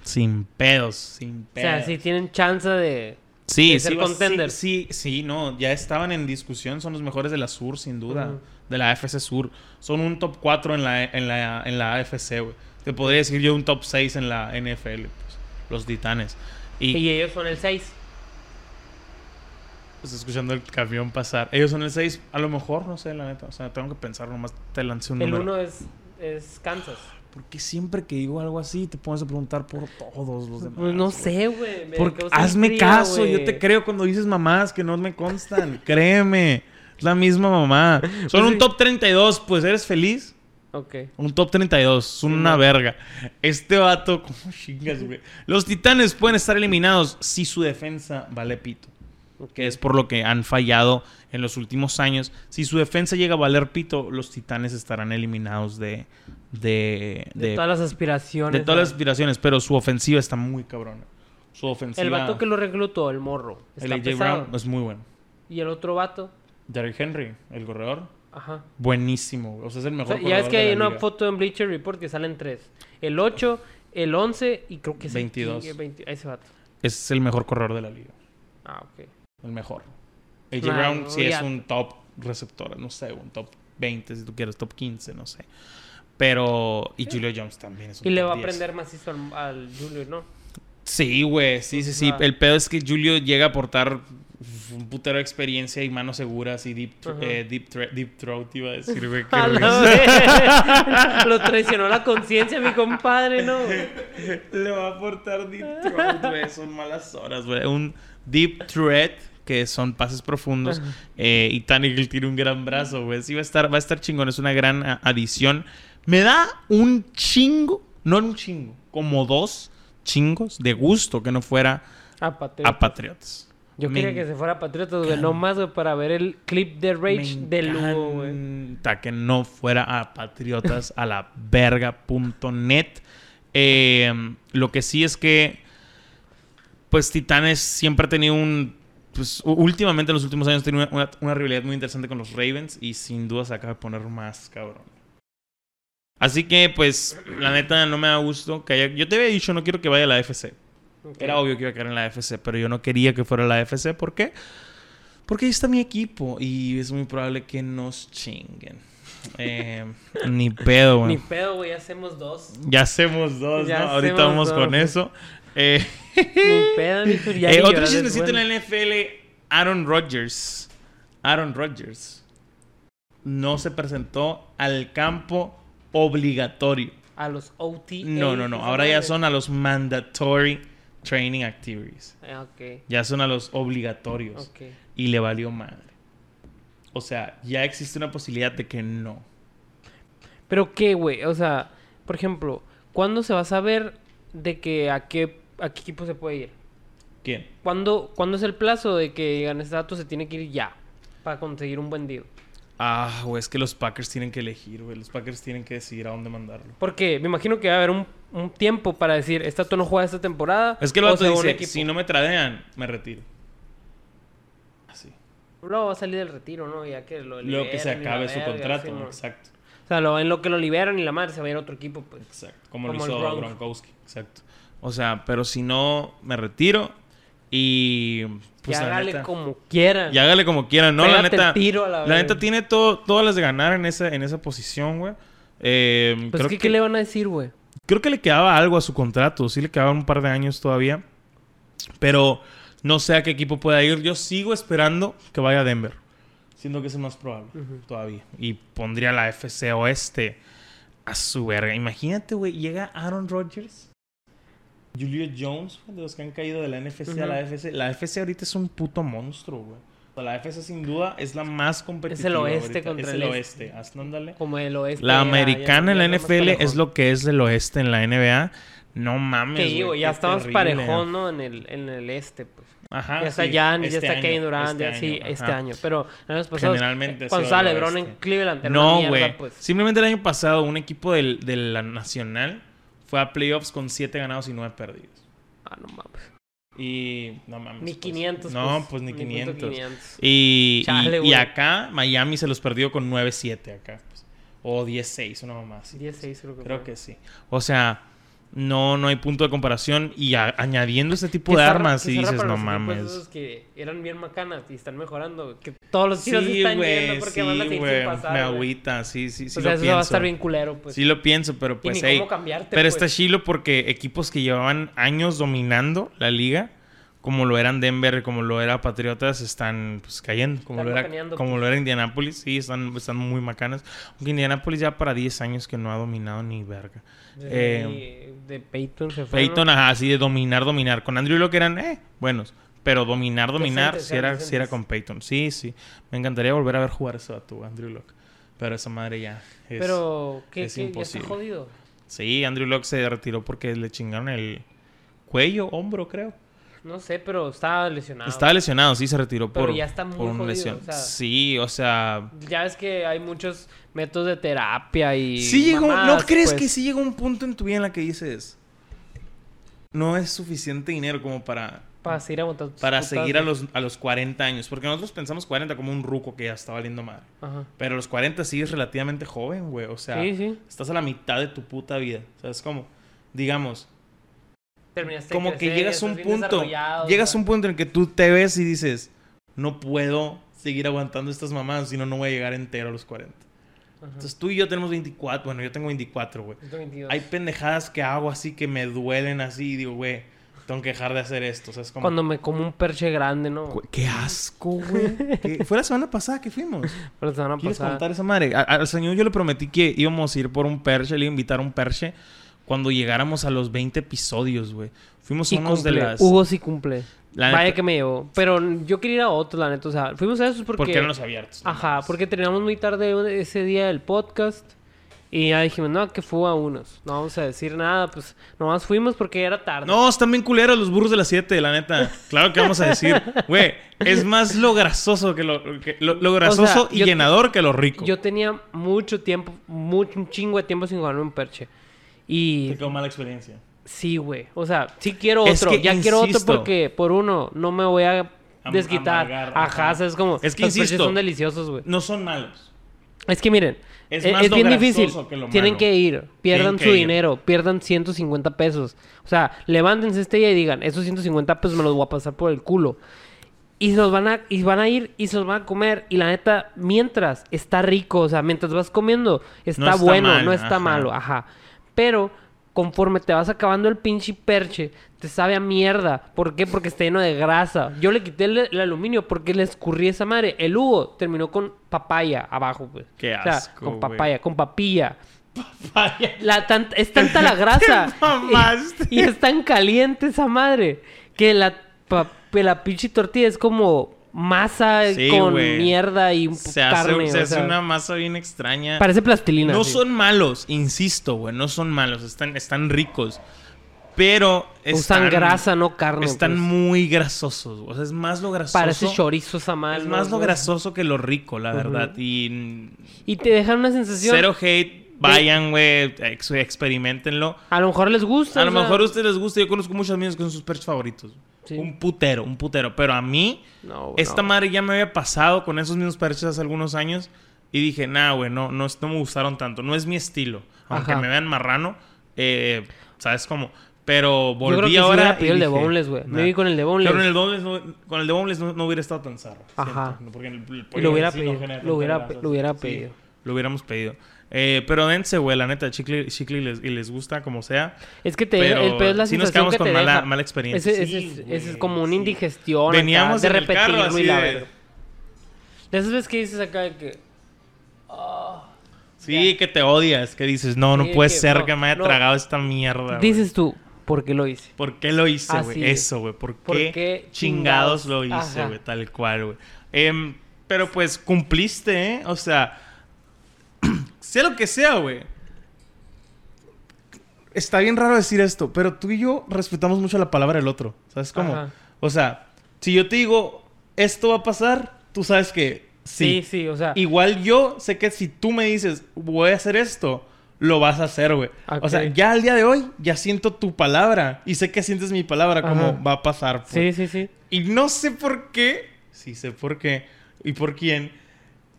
sin pedos, sin o sea, pedos. si tienen chance de... sí, sí, de ser va- sí, contender. Sí, sí, no, ya estaban en discusión, son los mejores de la Sur, sin duda, Ujú. de la AFC Sur. Son un top 4 en la, en la, en la AFC, güey. Te podría decir yo un top 6 en la NFL, pues, los Titanes. Y, Y ellos son el 6. Pues escuchando el camión pasar. Ellos son el 6, a lo mejor, no sé, la neta. O sea, tengo que pensar, nomás te lancé un El número. 1 es, es Kansas. Porque siempre que digo algo así, te pones a preguntar por todos los demás. Pues no güey. sé, güey. me Porque- causa hazme intriga, caso, yo güey. te creo cuando dices mamás que no me constan. (laughs) Créeme, es la misma mamá. Son Pues un sí. top 32, pues eres feliz. Ok. Un top 32, son una verga. Este vato, (laughs) como chingas, güey. Los titanes pueden estar eliminados si su defensa vale pito. Que es por lo que han fallado en los últimos años. Si su defensa llega a valer pito, los titanes estarán eliminados de. de. De, de, todas las aspiraciones. de todas las ¿no? aspiraciones. Pero su ofensiva está muy cabrona. Su ofensiva. El vato que lo reclutó, el morro. el Está AJ pesado. Brown es muy bueno. Y el otro vato. Derrick Henry, el corredor. Ajá. Buenísimo. güey. O sea, es el O mejor. sea, ya es corredor que de hay la una liga. foto en Bleacher Report que salen tres. El 8, el 11 y creo que es el 22. 15, 20 ese vato. Es el mejor corredor de la liga. Ah, ok. El mejor. AJ Nah, Brown no, sí es ya. un top receptor, no sé, un top 20 si tú quieres, top 15, no sé. Pero. Y Julio Jones también es un Y le top va a 10. aprender macizo al, al Julio, ¿no? Sí, güey, sí, sí, sí. Ajá. El pedo es que Julio llega a aportar un putero de experiencia y manos seguras y deep, thr- Ajá. eh, deep, thre- deep throat, iba a decir, güey. qué (laughs) A la risa. vez. (laughs) Lo traicionó la conciencia, mi (laughs) compadre, ¿no? Le va a aportar deep throat, güey. Son malas horas, güey. Un deep threat, que son pases profundos. eh, y Tannehill tiene un gran brazo, güey. Sí, va a estar, va a estar chingón. Es una gran a- adición. Me da un chingo, no un chingo, como dos chingos de gusto que no fuera A Patriota. a Patriotas. Yo Me quería que se fuera a Patriotas, güey. Nomás, güey, para ver el clip de Rage Me de Lugo, güey. encanta que no fuera a patriotas a la verga.net. Eh, lo que sí es que, pues Titanes siempre ha tenido un... Pues u- últimamente en los últimos años ha tenido una, una- una rivalidad muy interesante con los Ravens y sin duda se acaba de poner más cabrón. Así que pues la neta no me da gusto que haya... Yo te había dicho no quiero que vaya a la FC. Ok. Era obvio que iba a caer en la AFC, pero yo no quería que fuera la AFC. ¿Por qué? Porque ahí está mi equipo y es muy probable que nos chinguen. Eh, ni (laughs) pedo, güey. Ni pedo, güey. Hacemos dos. Ya hacemos dos, Ya ¿no? Ahorita hacemos vamos dos, con güey. eso. Eh, (laughs) Ni pedo, ni tú. Ya eh, ni otro llorar es chismecito bueno. en la NFL, Aaron Rodgers. Aaron Rodgers no se presentó al campo obligatorio. a los E OTA. No, no, no. Ahora ya son a los mandatory training activities. Ah, Ok, Ya son a los obligatorios. ok. Y le valió madre. O sea, ya existe una posibilidad de que no. Pero qué, güey. O sea, por ejemplo, ¿cuándo se va a saber de que a qué, a qué equipo se puede ir? ¿Quién? ¿Cuándo, ¿Cuándo es el plazo de que digan este dato se tiene que ir ya para conseguir un buen deal? Ah, güey, es que los Packers tienen que elegir, güey. Los Packers tienen que decidir a dónde mandarlo. Porque me imagino que va a haber un, un tiempo para decir, este dato no juega esta temporada. Es que el o vato se va a un dice, equipo. si no me tradean, me retiro. Así. Luego va a salir del retiro, ¿no? Ya que lo Luego que se liberan y la acabe su verga, contrato. sí, ¿no? mo- Exacto. O sea, lo- en lo que lo liberan y la madre se va a ir a otro equipo, pues. Exacto. Como, Como lo el hizo Gronk. Gronkowski. Exacto. O sea, pero si no, me retiro. Y. Pues, y la hágale neta- como quieran. Y hágale como quiera, ¿no? La Pégate el neta, tiro a la la verga. neta tiene todo, todas las de ganar en esa, en esa posición, güey. Eh, Pues creo, es que, que, ¿qué le van a decir, güey? creo que le quedaba algo a su contrato. Sí le quedaban un par de años todavía. Pero no sé a qué equipo pueda ir. Yo sigo esperando que vaya a Denver. Siendo que es el más probable todavía. Y pondría la FC Oeste a su verga. Imagínate, güey. Llega Aaron Rodgers. Julio Jones, güey, de los que han caído de la NFC a la Ujú. FC. La FC ahorita es un puto monstruo, güey. O sea, La FC sin duda es la más competitiva. oeste ahorita. contra es el el este. oeste. Hazte, ándale. Como el oeste. La ah, ya- americana ya- en ya la está más NFL es parejón. lo que es el oeste en la NBA. No mames. Que digo, güey, ya qué está más terrible. parejón, ¿no? En el, en el este, pues. Ajá. ya está sí, Jan, ya este está Kevin año, Durant, este ya sí, año, este ajá. año. Pero en años pasados, Generalmente eh, ha sido cuando estaba el LeBron oeste. en Cleveland, era una este. No, mierda, güey. pues. Simplemente el año pasado un equipo del- de la Nacional fue a playoffs con 7 ganados y 9 perdidos. Ah, no mames. Y no mames. Ni pues. 500, No, pues ni punto 500. 500. Y, y- Chale, y güey. acá Miami se los perdió con 9-7 acá. pues. O 10-6, una mamá así. 16 creo que Creo fue. que sí. O sea, no, no hay punto de comparación. Y a- añadiendo este tipo Que de zarra- armas, que y zarra dices, para no los equipos mames. esos que eran bien macanas y están mejorando. Que todos los tiros Sí, están güey, yendo porque sí, van a seguir sin güey. pasar. Me güey. agüita, sí, sí, sí o sea, lo eso va a pienso. estar bien culero, pues. Sí lo pienso, pero y ni pues, ey, cómo cambiarte, Pero pues. está chilo porque equipos que llevaban años dominando la liga, como lo eran Denver, como lo era Patriotas, están pues cayendo. Como, Están lo era, macaneando, pues. como lo era Indianapolis, sí, están, están muy macanas. Aunque Indianapolis ya para 10 años que no ha dominado ni verga. Desde Eh, ahí, de Peyton se fue. ¿no? Peyton, ajá, así de dominar, dominar. Con Andrew Locke eran, eh, buenos. Pero dominar, dominar, Decentes, si era, decentes. sí era con Peyton. Sí, sí. Me encantaría volver a ver jugar eso a tu Andrew Locke. Pero esa madre ya es... Pero, ¿qué? es qué? Ya imposible. está jodido. Sí, Andrew Locke se retiró porque le chingaron el cuello, hombro, creo. No sé, pero estaba lesionado. Estaba lesionado, sí, se retiró Ah, Pero por, ya está muy por una jodido, lesión. o sea. Sí, o sea... Ya ves que hay muchos métodos de terapia y. Sí llegó, ¿No mamadas, crees pues. que sí llegó un punto en tu vida en la que dices... No es suficiente dinero como para Para seguir aguantando. tus para putazos. seguir a los, a los 40 años. Porque nosotros pensamos 40 como un ruco que ya está valiendo madre. Ajá. Pero a los 40 sigues relativamente joven, güey. O sea, Sí, sí. estás a la mitad de tu puta vida. O sea, es como, digamos, Terminaste de como que crecer, llegas a estás un bien punto, desarrollado, llegas a ¿no? un punto en el que tú te ves y dices, no puedo seguir aguantando estas mamadas, si no, no voy a llegar entero a los 40. Ajá. Entonces tú y yo tenemos 24, bueno, yo tengo 24, güey. 122. Hay pendejadas que hago así que me duelen así y digo, güey, tengo que dejar de hacer esto. O sea, es como... Cuando me como un perche grande, ¿no? Cu- Qué asco, güey. (laughs) ¿Qué- Fue la semana pasada que fuimos. Pero se van a ¿Quieres pasar. contar esa madre? A- al señor yo le prometí que íbamos a ir por un perche, le iba a invitar a un perche cuando llegáramos a los 20 episodios, güey. Fuimos Y unos de cumple. las. Hugo sí cumple. La Vaya neta- que me llevó. Pero yo quería ir a otro, la neta. O sea, fuimos a esos porque... Porque eran los abiertos. no Ajá, mames. porque terminamos muy tarde ese día del podcast. Y ya dijimos, no, que fue a unos. No vamos a decir nada, pues nomás fuimos porque ya era tarde. No, están bien culeros los burros de las 7, la neta. Claro que vamos a (laughs) decir. Güey, es más lo grasoso que lo. que- lo, lo grasoso O sea, y yo- llenador que lo rico. Yo tenía mucho tiempo, mucho, un chingo de tiempo sin ganarme un perche. Y Te quedó mala experiencia. Sí, güey. O sea, sí quiero Es otro. que ya quiero otro insisto. porque, por uno, no me voy a Am- desquitar. amargar, Ajá, ajá. o sea, es como. Es que los precios insisto. son deliciosos, güey. No son malos. Es que miren, Es es, más es lo bien grasoso difícil. que lo Tienen malo. que ir, pierdan que su ir. dinero, pierdan 150 pesos. O sea, levántense este día y digan, esos 150 pesos me los voy a pasar por el culo. Y se los van a, y van a ir y se los van a comer. Y la neta, mientras está rico, o sea, mientras vas comiendo, está, está bueno, mal, no está ajá. malo, ajá. Pero conforme te vas acabando el pinche perche, te sabe a mierda. ¿Por qué? Porque está lleno de grasa. Yo le quité el, el aluminio porque le escurrí esa madre. El Hugo terminó con papaya abajo, pues. Qué O sea, asco, con güey. papaya, con papilla. Papaya. La tan- es tanta (laughs) la grasa. Te mamaste. Y, y es tan caliente esa madre. Que la, pa- que la pinche tortilla es como masa Sí, con güey. mierda y Se hace, carne. se o hace sea, una masa bien extraña. Parece plastilina. No sí. son malos, insisto, güey. No son malos. Están, están ricos. Pero están... Usan grasa, no carne. Están pues. muy grasosos. güey. O sea, es más lo grasoso. Parece chorizo esa madre. Es ¿no? más lo Güey. grasoso que lo rico, la verdad. Y mm, Y te dejan una sensación. cero hate. Vayan, güey. ex- experimentenlo. A lo mejor les gusta. A lo o sea, mejor a ustedes les gusta. Yo conozco muchos amigos con sus perros favoritos. Sí. Un putero, un putero. Pero a mí, No, güey, esta no. madre ya me había pasado con esos mismos perches hace algunos años. Y dije, nah, güey, no, no, no me gustaron tanto. No es mi estilo. Aunque Ajá. me vean marrano, eh, ¿sabes cómo? Pero Yo creo que volví sí ahora. hubiera y pedido el de dije, boneless, güey. Me nah. vi con el de boneless. Pero en el boneless no, con el de boneless no, no hubiera estado tan zarro. Ajá. siento, Porque el, el Y pollo lo hubiera en sí no pedido. genera tanta Lo hubiera, grasa, pe- lo hubiera sí. pedido. Lo hubiéramos pedido. Eh, pero dense, güey, la neta, chicle, chicle y les, y les gusta como sea. Es que te Pero el pedo es la sí nos sensación quedamos que con te mala- deja. mala experiencia. Ese, Sí, ese es, güey, ese es como una sí. indigestión. acá, Veníamos de en el carro repetirlo y así la de- verga. De esas veces que dices acá de que. "Ah", Sí, que te odias, que dices, no, no Sí, puede que ser no, que me haya no. tragado esta mierda. güey. dices tú, ¿por qué lo hice? ¿Por qué lo hice, Así güey? es. Eso, güey. ¿Por, Ah, ¿Por qué, qué chingados, chingados? lo hice, Ajá. güey? Tal cual, güey. Em, pero pues cumpliste, ¿eh? O sea, (clears throat) sea lo que sea, güey. Está bien raro decir esto, pero tú y yo respetamos mucho la palabra del otro. ¿Sabes cómo? Ajá. O sea, si yo te digo, esto va a pasar, tú sabes que Sí, sí, o sea. Igual yo sé que si tú me dices, voy a hacer esto, lo vas a hacer, güey. O sea, Ok. ya al día de hoy, ya siento tu palabra y sé que sientes mi palabra Ajá. como va a pasar. sí, pues. sí, sí. Y no sé por qué, sí sé por qué y por quién,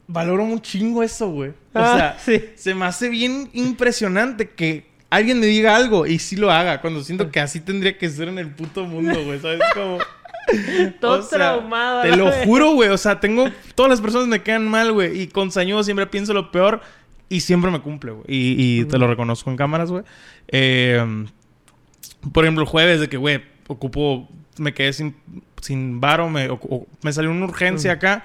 valoro un chingo eso, güey. O Ah, sea, sí. se me hace bien impresionante que alguien me diga algo y sí lo haga, cuando siento que así tendría que ser en el puto mundo, güey. ¿Sabes cómo? Todo O sea, traumado. a Te la lo vez. juro, güey. O sea, tengo. Todas las personas me quedan mal, güey. Y con Sañudo siempre pienso lo peor y siempre me cumple, güey. Y, y te lo reconozco en cámaras, güey. Eh, por ejemplo, el jueves de que, güey, ocupo. Me quedé sin, sin varo, me, ocu- o- me salió una urgencia acá.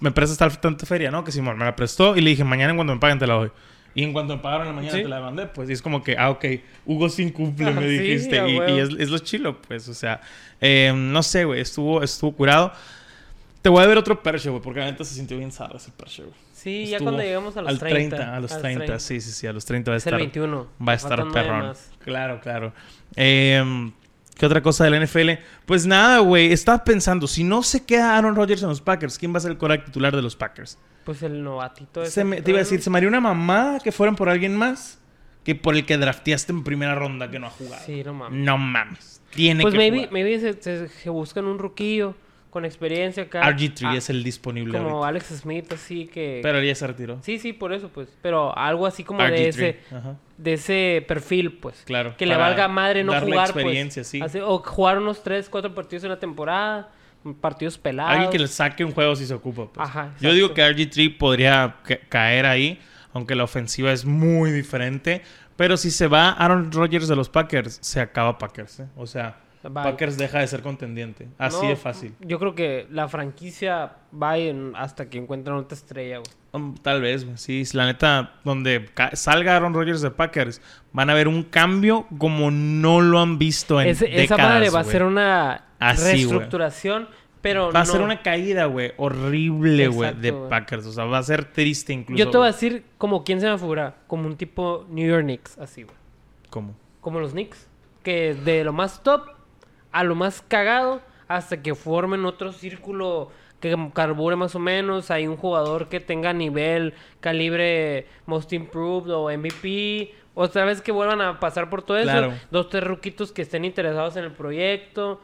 Me prestas tal tanta feria, ¿no? Que Simón me la prestó y le dije, mañana en cuanto me paguen te la doy. Y en cuanto me pagaron en la mañana Sí. te la mandé, pues. Y es como que, ah, ok, Hugo sin cumple, Ah, me (laughs) sí, dijiste. a y- y huevo. es, es lo chilo, pues. O sea, eh, no sé, güey. Estuvo, estuvo curado. Te voy a ver otro perche, güey, porque la neta se sintió bien zarra ese perche, güey. Sí, ya Estuvo cuando llegamos a los al 30. A los 30, sí, sí, sí, a los 30 va a Es el estar. 21. Va a me estar faltan nueve perrón. más. Claro, claro. Eh, ¿Qué otra cosa del NFL? Pues nada, güey. Estaba pensando, si no se queda Aaron Rodgers en los Packers, ¿quién va a ser el coreback titular de los Packers? Pues el novatito. ese Se me- te iba a decir, se me haría una mamada que fueran por alguien más que por el que drafteaste en primera ronda que no ha jugado. Sí, no mames. No mames. Tiene Pues que maybe, jugar. maybe se, se- se buscan un ruquillo con experiencia acá. RG3 Ah, es el disponible Como ahorita. Alex Smith, así que... Pero él ya se retiró. Sí, sí, por eso, pues. Pero algo así como RG3. de ese, Ajá. de ese perfil, pues. Claro, Que le para valga madre no darle jugar, experiencia, pues. sí. Así- o jugar unos 3, 4 partidos en la temporada, partidos pelados. Alguien que le saque un juego si se ocupa. pues. Ah, Ajá, Yo digo que exacto. RG3 podría ca- caer ahí, aunque la ofensiva es muy diferente. Pero si se va Aaron Rodgers de los Packers, se acaba Packers. ¿eh? O sea, Bye. Packers deja de ser contendiente. Así No, de fácil. Yo creo que la franquicia va en- hasta que encuentran otra estrella, güey. Mm, Tal vez, güey. sí. La neta, donde ca- salga Aaron Rodgers de Packers, van a ver un cambio como no lo han visto en Ese- décadas. esa madre va a güey. ser una Así, güey. reestructuración, pero Va a no- ser una caída, güey, horrible, güey, Exacto, de güey. Packers. O sea, va a ser triste incluso. Yo te voy a güey. decir como quién se me figura, como un tipo New York Knicks, así, güey. ¿Cómo? Como los Knicks, que de lo más top a lo más cagado hasta que formen otro círculo que carbure más o menos, hay un jugador que tenga nivel, calibre Most Improved o MVP, otra vez que vuelvan a pasar por todo eso, Claro. dos, tres ruquitos que estén interesados en el proyecto,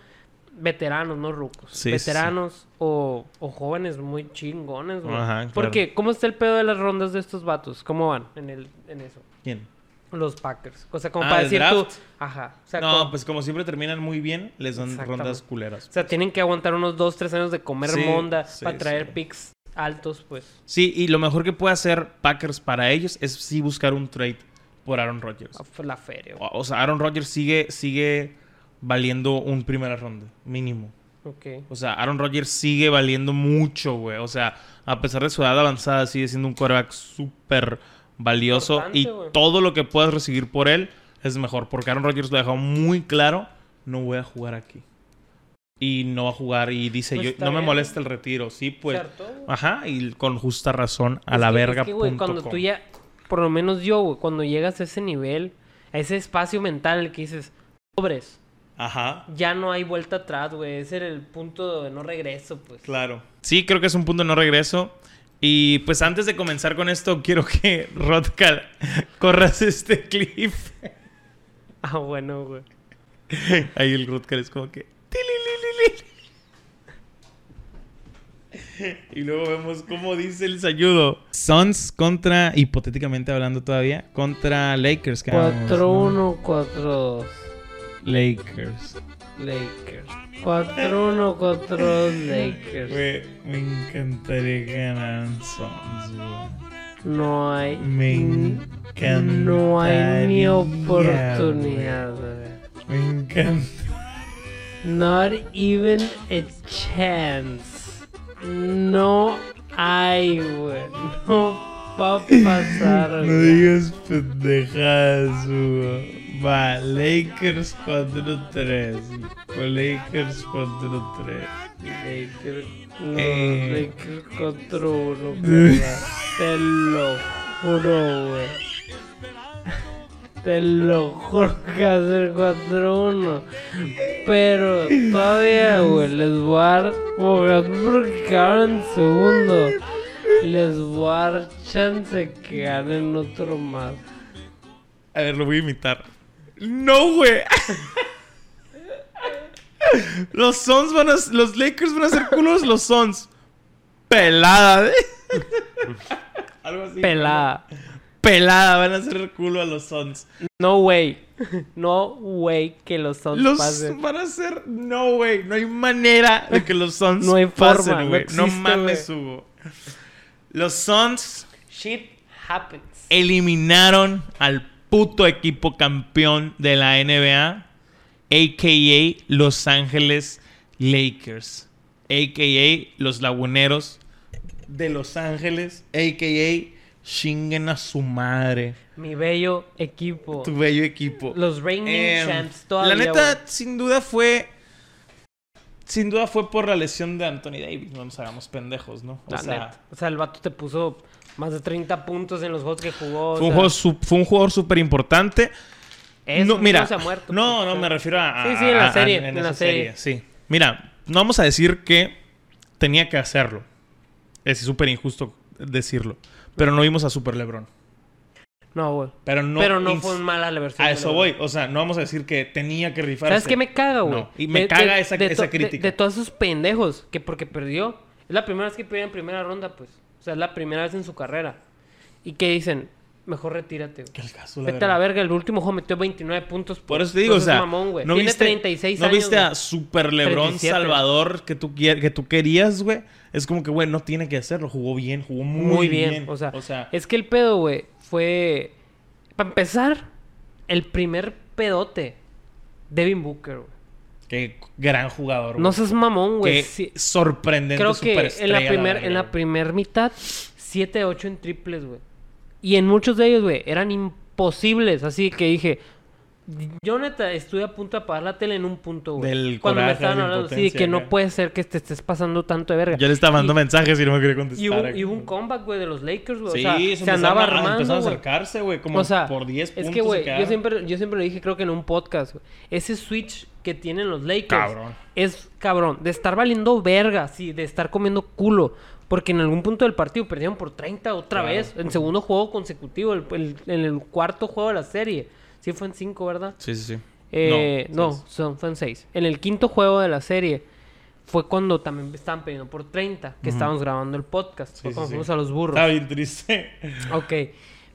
veteranos, no rucos, Sí, sí, sí. veteranos O, o jóvenes muy chingones, güey. Ajá, claro. Porque, ¿cómo está el pedo de las rondas de estos vatos? ¿Cómo van en, el, en eso? ¿Quién? Los Packers. O sea, como Ah, para del decir draft. tú. Ajá. O sea, no, como- pues como siempre terminan muy bien, les dan Exactamente. rondas culeras. o sea, tienen que aguantar unos dos, tres años de comer Sí, monda sí, para traer sí. picks altos, pues. Sí, y lo mejor que puede hacer Packers para ellos es sí buscar un trade por Aaron Rodgers. a f- La feria. güey. O, o sea, Aaron Rodgers sigue, sigue valiendo un primera ronda, mínimo. Ok. O sea, Aaron Rodgers sigue valiendo mucho, güey. O sea, a pesar de su edad avanzada, sigue siendo un quarterback súper valioso Importante, y güey. todo lo que puedas recibir por él es mejor. Porque Aaron Rodgers lo ha dejado muy claro, no voy a jugar aquí. Y no va a jugar y dice, Pues yo, está no me bien. molesta el retiro. Sí, pues. ¿Cierto, güey? Ajá, y con justa razón, a Es la que- es verga. que, güey, punto cuando com. tú ya, por lo menos yo, güey, cuando llegas a ese nivel, a ese espacio mental en el que dices, pobres, Ajá, ya no hay vuelta atrás, güey. Ese era el punto de no regreso, pues. claro. Sí, creo que es un punto de no regreso. Y pues antes de comenzar con esto, quiero que (laughs) Rodcal corras este clip. (laughs) Ah, bueno, güey. (laughs) Ahí el Rodcal es como que. tilililili. (laughs) Y luego vemos cómo dice el sayudo. Suns contra, hipotéticamente hablando todavía, contra Lakers. que vamos, ¿no? 4-1, 4-2. Lakers. Lakers. 4-1, 4-2 Lakers. Güey, me encantaría que ganaran Suns, güey. No hay. Me encantaría. Mm, No hay ni oportunidad, güey. güey. Me encanta. Not even a chance. No hay, güey. No va a (laughs) pasar, No güey. digas pendejadas, Hugo. Va, Lakers 4-3. Con Lakers 4-3. Lakers- No, Eh. Lakers 4-1, güey. Te lo juro, güey. Te lo juro que va a ser 4-1. Pero todavía, güey, les voy a dar. Porque quedaron en segundo. Les voy a dar chance que ganen otro más. A ver, lo voy a imitar. No, güey. (laughs) Los Suns van a. Los Lakers van a ser culos los Suns. Pelada, ¿eh? Algo así. Pelada. Pelada, van a ser culo a los Suns. No way. No way que los Suns Los pasen. van a ser. No, güey. No hay manera de que los Suns No hay forma, pasen, no güey. No, existe, mames, Hugo. Los Suns Shit happens. eliminaron al puto equipo campeón de la NBA, a.k.a. Los Ángeles Lakers, a.k.a. Los Laguneros de Los Ángeles, a.k.a. chinguen a su madre, Mi bello equipo. tu bello equipo. Los reigning Em, champs todavía. la neta, güey. sin duda fue... Sin duda fue por la lesión de Anthony Davis, no nos hagamos pendejos, ¿no? O La sea, neta. O sea, el vato te puso más de 30 puntos en los juegos que jugó. o fue un sea, juego su- fue un jugador súper importante. es no, un- mira, no se ha muerto, no, pues, o no, sea. me refiero a... Sí, sí, en la a- a- serie, en la esa serie. Sí. Mira, no vamos a decir que tenía que hacerlo. Es súper injusto decirlo. Pero no vimos a Super Lebron. No, güey. Pero no... Pero no ins- fue mala la versión. A de eso LeBron. voy. O sea, no vamos a decir que tenía que rifarse. ¿Sabes qué me caga, güey? No, y me caga esa- esa to- crítica. De, todos esos pendejos que porque perdió. Es la primera vez que pierde en primera ronda, pues. O sea, es la primera vez en su carrera. Y que dicen, mejor retírate, güey. Que el caso, la Vete a verdad. la verga, el último juego metió 29 puntos. Por pues. eso te digo, o Entonces, sea, mamón, güey. no Tiene viste, 36 no años, viste güey. a Super Lebron 37. Salvador que tú, quier- que tú querías, güey. Es como que, güey, no tiene que hacerlo. Jugó bien, jugó muy, Muy bien. O, sea, es que el pedo, güey, fue. Para empezar, el primer pedote. Devin Booker, güey. qué gran jugador. No güey. seas mamón, güey. Qué Sí, sorprendente creo que en superestrella, la, la primer, verga, en la güey. primer mitad, 7 de 8 en triples, güey. Y en muchos de ellos, güey, eran imposibles. Así que dije. Yo neta estuve a punto de apagar la tele en un punto, güey. Del Cuando me coraje, estaban la hablando, sí, de impotencia, que güey. no puede ser que te estés pasando tanto de verga. Yo le estaba mandando mensajes y no me quería contestar. eh. Y hubo, y güey. hubo un comeback, güey, de los Lakers, güey. Pues Sí, o sea, se, se empezaron andaba a- armando, Empezaron a güey. acercarse, güey, como o sea, por 10 puntos. es que, se güey, yo quedaron. siempre, yo siempre lo dije, creo que en un podcast, güey. Ese switch que tienen los Lakers Cabrón. es cabrón. De estar valiendo verga, sí, de estar comiendo culo. Porque en algún punto del partido perdieron por 30 otra Claro. vez. En segundo juego consecutivo, el- el- en el cuarto juego de la serie. Sí, fue en 5, ¿verdad? Sí, sí, sí. Eh, no, seis. son, fueron seis. En el quinto juego de la serie fue cuando también estaban pidiendo por 30, que estábamos grabando el podcast. Sí, fue sí, cuando sí. fuimos a los burros. Estaba bien triste. Ok.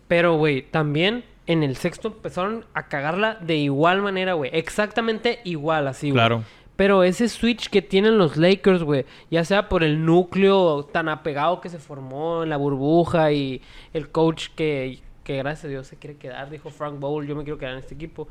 Pero, güey, también en el sexto empezaron a cagarla de igual manera, güey. Exactamente igual, así, güey. Claro. Pero ese switch que tienen los Lakers, güey, ya sea por el núcleo tan apegado que se formó en la burbuja y el coach que, que gracias a Dios se quiere quedar, dijo Frank Bowl, yo me quiero quedar en este equipo.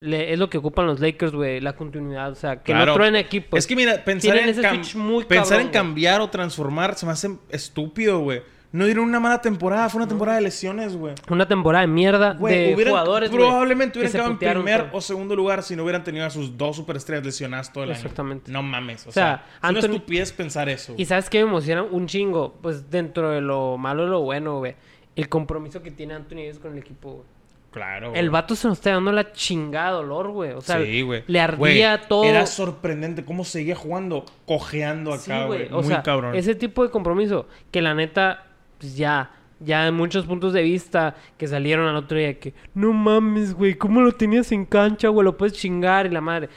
Le- es lo que ocupan los Lakers, güey, la continuidad, o sea, que Claro. no truene equipos. es que mira, pensar en, tienen ese cam- switch muy pensar cabrón, en güey. cambiar o transformar se me hace estúpido, güey. No dieron una mala temporada, fue una temporada de lesiones, güey. Una temporada de mierda Güey, de hubieran- jugadores. güey, probablemente que hubieran se quedado en putearon, primer güey. o segundo lugar si no hubieran tenido a sus dos superestrellas lesionadas todo el año. Exactamente. No mames. O, O sea, sea, es Anthony- una estupidez pensar eso. Y sabes que me emociona un chingo, pues dentro de lo malo y lo bueno, güey. El compromiso que tiene Anthony Davis con el equipo, güey. Claro. güey. El vato se nos está dando la chingada dolor, güey. O sea, Sí, güey. le ardía Güey, todo. Era sorprendente cómo seguía jugando, cojeando Sí, acá, güey. O Muy sea, cabrón. ese tipo de compromiso que la neta, pues ya, ya en muchos puntos de vista que salieron al otro día que, no mames, güey, ¿cómo lo tenías en cancha, güey? Lo puedes chingar y la madre.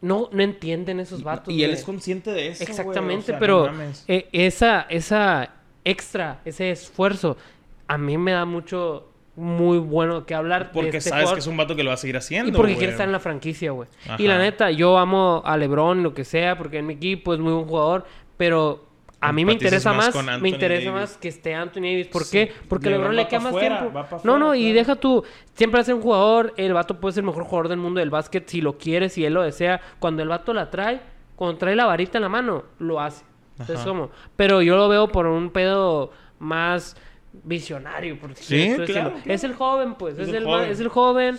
No, no entienden esos vatos. y él güey. es consciente de eso. güey, o Exactamente, sea, no pero mames. eh, esa, esa extra, ese esfuerzo, a mí me da mucho, muy bueno que hablar. de porque este sabes jugador. que es un vato que lo va a seguir haciendo. Y porque güey. quiere estar en la franquicia, güey. Ajá. Y la neta, yo amo a LeBron, lo que sea, porque en mi equipo es muy buen jugador, pero a mí me Empatizas interesa más más, con me Anthony interesa Davis. más que esté Anthony Davis. ¿Por Sí. qué? Porque LeBron LeBron va le queda pa' más fuera, tiempo. va pa' no, no, fuera, y claro. deja tú, siempre hace un jugador, el vato puede ser el mejor jugador del mundo del básquet si lo quiere, si él lo desea. Cuando el vato la trae, cuando trae la varita en la mano, lo hace. Entonces, Ajá. como, pero yo lo veo por un pedo más visionario, por Sí, decirlo. claro, claro. Es el joven, pues, es, Es el el, ma- joven. es el joven,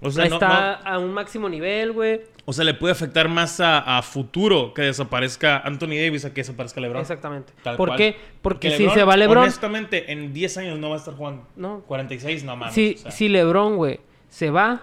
O sea, no- no- está a un máximo nivel, güey. O sea, le puede afectar más a, a futuro que desaparezca Anthony Davis a que desaparezca LeBron. Exactamente. Tal ¿Por cual. qué? Porque si LeBron, se va LeBron, Honestamente, en 10 años no va a estar jugando. No. 46, no mames. si, o sea. si LeBron, güey, se va,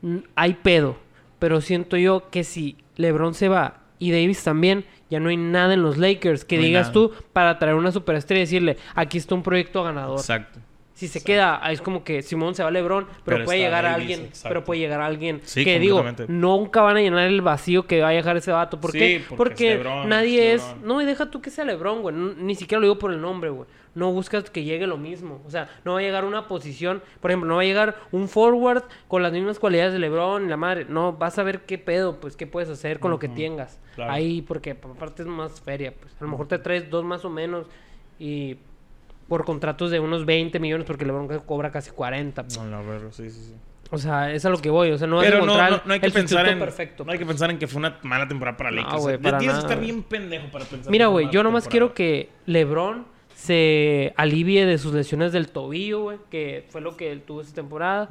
mm, hay pedo. Pero siento yo que si LeBron se va y Davis también, ya no hay nada en los Lakers que No hay digas nada. tú para traer una superestrella y decirle, aquí está un proyecto ganador. Exacto. Si se queda, ah, es como que Simón se va a LeBron, pero, Pero puede está llegar a Davis, alguien, exacto. pero puede llegar a alguien Sí, que digo, completamente. nunca van a llenar el vacío que va a dejar ese vato, ¿por Sí, qué? porque Porque, es LeBron, nadie es es, LeBron. no, y deja tú que sea LeBron, güey, n- ni siquiera lo digo por el nombre, güey. No buscas que llegue lo mismo, o sea, no va a llegar una posición, por ejemplo, no va a llegar un forward con las mismas cualidades de LeBron y la madre, no, vas a ver qué pedo, pues qué puedes hacer con lo que tengas. claro. Ahí porque aparte es más feria, pues a lo mejor te traes dos más o menos y por contratos de unos 20 millones porque LeBron co- cobra casi 40. pues. No, no, pero sí, sí, sí. O sea, es a lo que voy. O sea, no vas a Pero no, encontrar no- no hay que el sustituto pensar en. perfecto. pues. No hay que pensar en que fue una mala temporada para Lakers. No, güey, O sea, para tienes nada, que estar güey. bien pendejo para pensar. Mira, que fue güey, una yo mala nomás quiero temporada. que LeBron se alivie de sus lesiones del tobillo, güey, que fue lo que él tuvo esta temporada.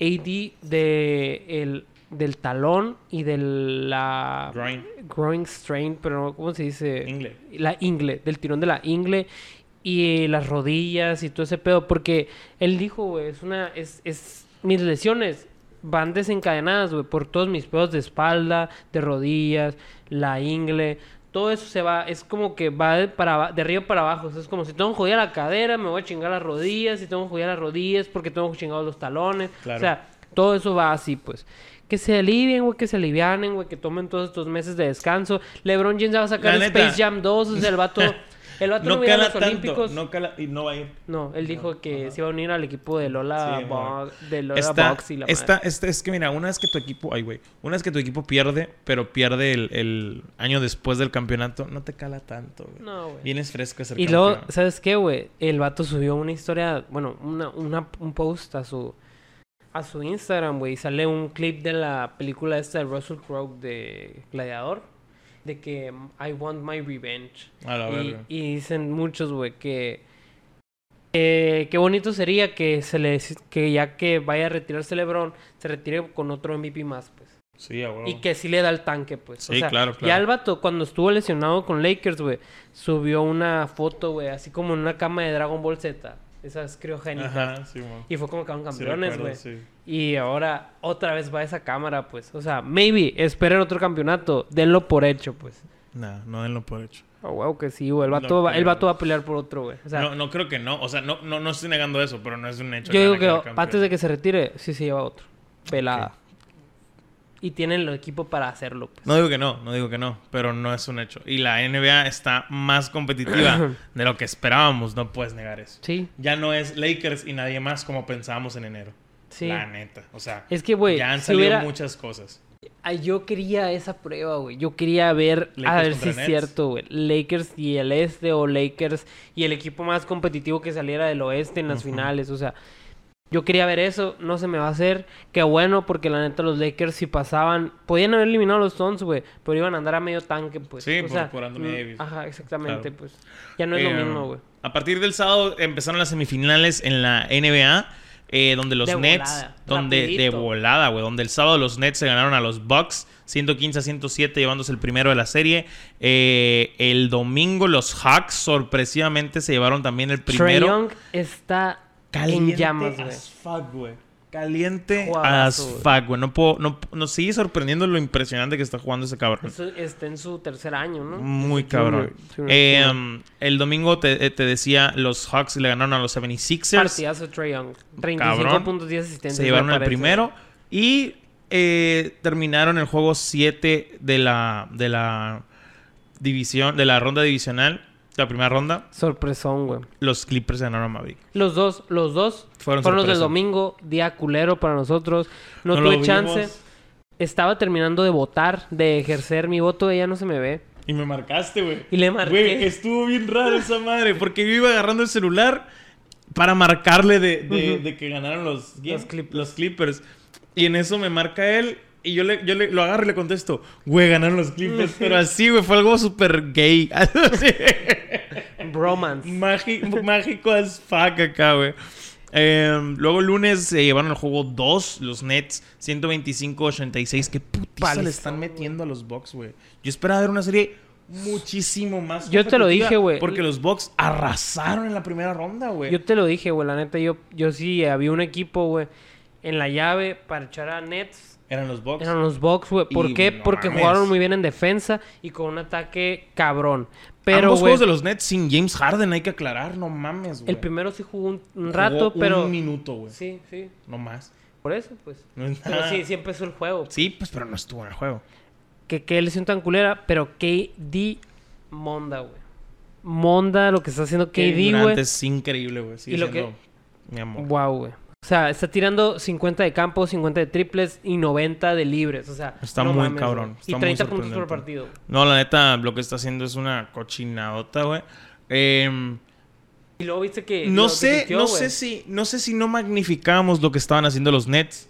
AD de el, del talón y de la... Groin. Growing strain, pero no, ¿cómo se dice? Ingle. La ingle, del tirón de la ingle y las rodillas y todo ese pedo. Porque él dijo, güey, es una... Es, es, mis lesiones van desencadenadas, güey, por todos mis pedos de espalda, de rodillas, la ingle... Todo eso se va, es como que va de, para, aba- de arriba para abajo. O sea, es como si tengo jodida la cadera, me voy a chingar las rodillas. Si tengo jodida las rodillas, porque tengo chingados los talones. Claro. O sea, todo eso va así, pues. Que se alivien, güey, que se alivianen, güey, que tomen todos estos meses de descanso. LeBron James ya va a sacar La Space neta. Jam 2, o sea, el (laughs) vato... El vato no, No hubiera a cala los tanto. Olímpicos. No cala. Y no va a ir. No, él dijo que se iba a unir al equipo de Lola, Sí, Bo- de Lola Esta- Box y la esta- madre. esta- es que mira, una vez que tu equipo, ay güey, una vez que tu equipo pierde, pero pierde el, el año después del campeonato, no te cala tanto, güey. No, güey. Vienes fresco a ser Y luego, campeón. ¿sabes qué, güey? El vato subió una historia, bueno, una, una- un post a su a su Instagram, güey, y sale un clip de la película esta de Russell Crowe de Gladiador, de que mm, I want my revenge. A la y, verga. y dicen muchos, güey, que eh, qué bonito sería que se le que ya que vaya a retirarse LeBron, se retire con otro MVP más, pues. Sí, a huevo. Y que sí le da el tanque, pues. Oh. Sí, claro, claro. Ya el vato, cuando estuvo lesionado con Lakers, güey, subió una foto, güey, así como en una cama de Dragon Ball Z. Esas criogénicas. Ajá, sí, mo. Y fue como quedaron Sí campeones, recuerdo, güey. sí. Y ahora otra vez va a esa cámara, pues. O sea, maybe esperen otro campeonato. Denlo por hecho, pues. Nah, no denlo por hecho. Oh, wow, que sí, güey. El vato, No va, el creo. vato va a pelear por otro, güey. O sea, no, no creo que no. O sea, no, no, no estoy negando eso, pero no es un hecho. yo digo van a que quedar antes de campeones. que se retire, sí se lleva otro. Pelada. Y tienen el equipo para hacerlo, pues. No digo que no, no digo que no, pero no es un hecho. Y la NBA está más (coughs) competitiva de lo que esperábamos, no puedes negar eso. Sí, Ya no es Lakers y nadie más como pensábamos en enero. sí. La neta. O sea, Es que, güey, ya han si salido hubiera- muchas cosas. Ay, yo quería esa prueba, güey. Yo quería ver, a Lakers ver contra si es Nets. cierto, güey. Lakers y el este o Lakers y el equipo más competitivo que saliera del oeste en las finales. O sea, Yo quería ver eso, no se me va a hacer. Qué bueno, porque la neta los Lakers si pasaban, podían haber eliminado a los Suns, güey, pero iban a andar a medio tanque, pues. Sí, por- por Anthony mm, Davis. Ajá, exactamente, Claro. pues. Ya no es Eh, lo mismo, güey. A partir del sábado empezaron las semifinales en la NBA, eh, donde los De Nets, volada, donde de rapidito. volada, güey, donde el sábado los Nets se ganaron a los Bucks 115 a 107, llevándose el primero de la serie. Eh, el domingo los Hawks sorpresivamente se llevaron también el Trae primero. Young está en llamas, güey. as fuck, güey. Caliente as Jugadorazo, güey. fuck, güey. No puedo, no, no sigue sorprendiendo lo impresionante que está jugando ese cabrón. Eso Está en su tercer año, ¿no? Muy Junior, cabrón. junior, Eh, junior. um, el domingo te, eh, te decía, los Hawks le ganaron a los 76ers. Partidazo Trae Young. 35.10 asistencias. se llevaron me el parece. primero. Y eh, terminaron el juego 7 de la, de la división, de la ronda divisional, la primera ronda. Sorpresón, güey. Los Clippers ganaron a Maverick. Los dos, los dos Fueron fueron, los del sorpresa. domingo, día culero para nosotros. No, No lo tuve chance. vimos. Estaba terminando de votar, de ejercer mi voto, ella no se me ve. Y me marcaste, güey. Y le marqué. Güey, estuvo bien raro esa madre. Porque yo iba agarrando el celular para marcarle de, de- de que ganaron los, Los Clippers. los Clippers. Y en eso me marca él. Y yo, le, yo le- lo agarro y le contesto, güey, ganaron los (laughs) Clippers. Pero así, güey, fue algo súper gay. (laughs) Así, Bromance. mági- mágico as fuck acá, güey. Em, luego el lunes se llevaron el juego 2, los Nets, 125-86. Qué putiza Palizón, le están metiendo a los Bucks, güey. Yo esperaba ver una serie muchísimo más. Yo te lo competitiva dije, güey. Porque los Bucks arrasaron en la primera ronda, güey. Yo te lo dije, güey, la neta, yo, yo sí había un equipo, güey, en la llave para echar a Nets. Eran los Bucks. Eran los Bucks, güey. ¿Por Y qué? no Porque mames. jugaron muy bien en defensa y con un ataque cabrón. Pero, Ambos güey, juegos de los Nets sin James Harden, hay que aclarar, no mames, güey. el primero sí jugó un, un Jugó rato, pero... Un minuto, güey. Sí, sí. No más. Por eso, pues. No es Pero nada. sí, sí empezó el juego. Ah. Sí, pues, pero no estuvo en el juego. Que qué lesión tan culera, pero KD monda, güey. Monda lo que está haciendo KD, Durant güey. Es increíble, güey. Sigue Y lo que- siendo Mi amor. Wow, güey. O sea, está tirando 50 de campo, 50 de triples y 90 de libres. O sea, Está muy güey. cabrón, está y muy 30 puntos por sorprendente. partido. No, la neta, lo que está haciendo es una cochinadota, güey. Em, Y luego viste que. no Eh, lo que sé, tuiteó, no güey. sé si, no sé si no magnificamos lo que estaban haciendo los Nets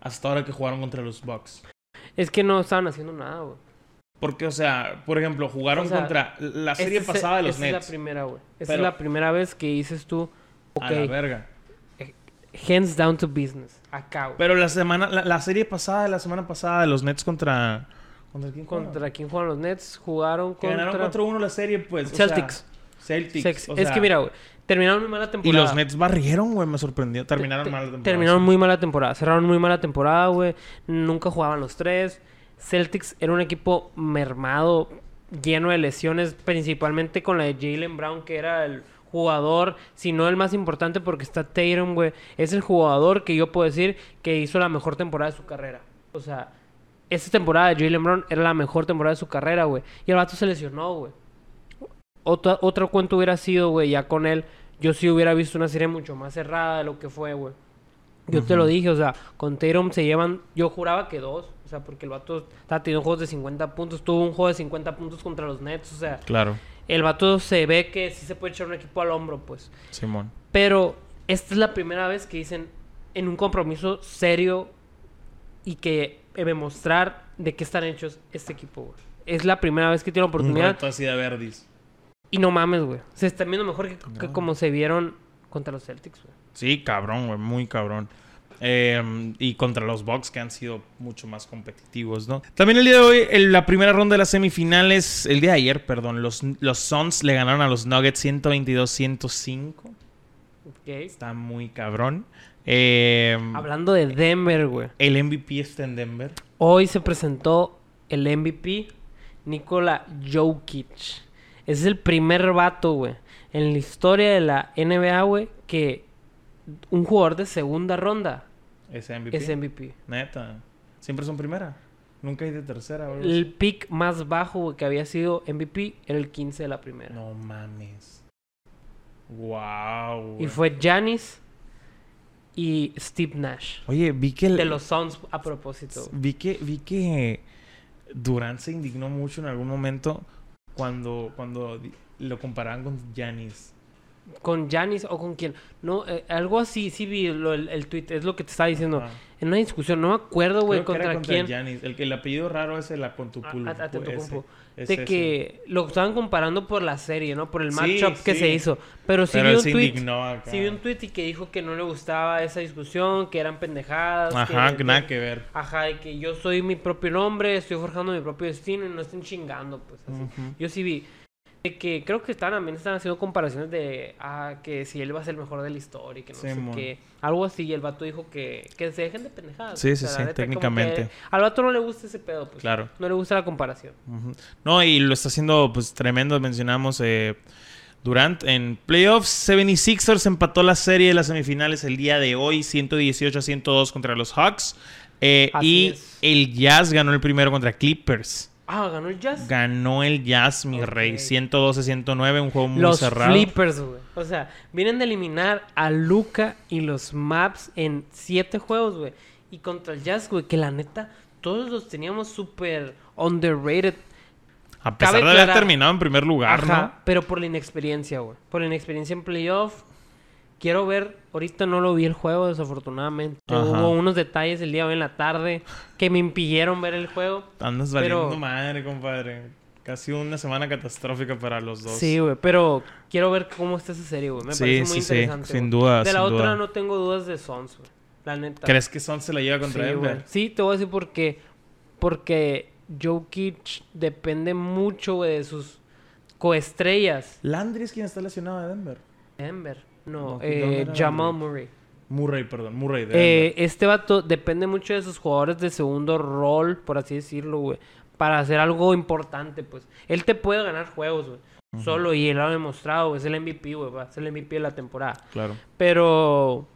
hasta ahora que jugaron contra los Bucks. Es que no estaban haciendo nada, güey. Porque, o sea, por ejemplo, jugaron O sea, contra la serie Esta es- pasada de los esta es Nets. la primera, güey. Esa Pero- es la primera vez que dices tú, ok, A la verga. hands down to business. Acá, güey. Pero la semana, la, la serie pasada de la semana pasada de los Nets contra. ¿Contra quién jugaron? Contra quién juegan los Nets, jugaron Que contra. ganaron 4-1 la serie, pues. o sea, Celtics. Celtics. Sex- o es sea, que mira, güey, terminaron muy mala Y temporada. los Nets barrieron, güey, me sorprendió. Terminaron Te- mal la temporada. Terminaron muy mala temporada. Cerraron muy mala temporada, güey. Nunca jugaban los tres. Celtics era un equipo mermado, lleno de lesiones, principalmente con la de Jalen Brown, que era el jugador, si no el más importante, porque está Tatum, güey. Es el jugador que yo puedo decir que hizo la mejor temporada de su carrera. O sea, esta temporada de Jalen Brown era la mejor temporada de su carrera, güey. Y el vato se lesionó, güey. Otra, otro cuento hubiera sido, güey, ya con él, yo sí hubiera visto una serie mucho más cerrada de lo que fue, güey. Yo te lo dije, o sea, con Tatum se llevan, yo juraba que dos, o sea, porque el vato está teniendo juegos de 50 puntos, tuvo un juego de 50 puntos contra los Nets, o sea, Claro, el vato se ve que sí se puede echar un equipo al hombro, pues. Simón. Pero esta es la primera vez que dicen en un compromiso serio y que eh, demostrar de qué están hechos este equipo, güey. Es la primera vez que tiene la Un oportunidad. reto así de verdis. Y no mames, güey. Se están viendo mejor que, que No. como se vieron contra los Celtics, güey. Sí, cabrón, güey, muy cabrón. Eh, y contra los Bucks que han sido mucho más competitivos, ¿no? También el día de hoy, en la primera ronda de las semifinales, el día de ayer, perdón, los, los Suns le ganaron a los Nuggets 122-105. Ok. Está muy cabrón. Eh, Hablando de Denver, güey. el MVP está en Denver. Hoy se presentó el MVP, Nikola Jokic. Ese es el primer vato, güey, en la historia de la NBA, güey, que un jugador de segunda ronda Es MVP. es MVP. Neta. Siempre son primera. Nunca hay de tercera, o algo así. El pick más bajo, güey, que había sido MVP era el 15 de la primera. No mames. Wow. y fue Janis y Steve Nash. Oye, vi que el- De los Suns a propósito. güey. vi que vi que Durant se indignó mucho en algún momento cuando cuando di- lo comparaban con Giannis. con Janis o con quien. No, eh, algo así, sí vi lo- el, el tweet, es lo que te estaba diciendo. Ajá. En una discusión, no me acuerdo, güey, Creo que era contra, quién. Giannis. El, que- el apellido raro es el Acontupul. A- a- Antetokounmpo. ese, de ese, que lo estaban comparando por la serie, ¿no? Por el Sí, matchup que sí. se hizo. Pero sí Pero vi él un se tweet. indignó acá. Sí vi un tweet y que dijo que no le gustaba esa discusión, que eran pendejadas. Ajá, nada que ver. Ajá, de que yo soy mi propio nombre, estoy forjando mi propio destino y no estén chingando, pues así. Yo sí vi. De que creo que estaban, también están haciendo comparaciones de ah, que si él va a ser el mejor de la historia y que no sé Simón. qué. Algo así, y el vato dijo que, que se dejen de pendejadas. Sí, o sí, sea, la sí, neta, como técnicamente. que Al vato no le gusta ese pedo, pues. Claro. No le gusta la comparación. Ujú. No, y lo está haciendo pues tremendo. Mencionamos eh, Durant en playoffs. 76ers empató la serie de las semifinales el día de hoy, 118 a 102 contra los Hawks. Eh, Así y es. el Jazz ganó el primero contra Clippers. Ah, ganó el Jazz. Ganó el Jazz, mi Ok. rey. 112-109, un juego muy los cerrado. Flippers, güey. O sea, vienen de eliminar a Luca y los Maps en siete juegos, güey. Y contra el Jazz, güey, que la neta, todos los teníamos súper underrated. A pesar Cabe de haber aclarar. terminado en primer lugar, Ajá, ¿no? pero por la inexperiencia, güey. Por la inexperiencia en playoff. Quiero ver, ahorita no lo vi el juego, desafortunadamente. Ajá. Hubo unos detalles el día de hoy en la tarde que me impidieron ver el juego. Andas Pero- valiendo madre, compadre. Casi una semana catastrófica para los dos. Sí, güey, pero quiero ver cómo está esa serie, güey. Me Sí, parece muy sí, sí, interesante. sin güey. duda, De la sin otra duda. no tengo dudas de Sons, güey. La neta. ¿Crees que Son se la lleva contra sí, Denver? güey. Sí, te voy a decir por qué. Porque Jokic depende mucho, güey, de sus coestrellas. Landry es quien está lesionado de Denver. Denver. No, No, eh, ¿dónde era Jamal Denver? Murray. Murray, perdón, Murray de Eh, Denver. este vato depende mucho de sus jugadores de segundo rol, por así decirlo, güey. Para hacer algo importante, pues. Él te puede ganar juegos, güey. Solo, y él lo ha demostrado, güey. Es el MVP, güey. Va a ser el MVP de la temporada. Claro. Pero.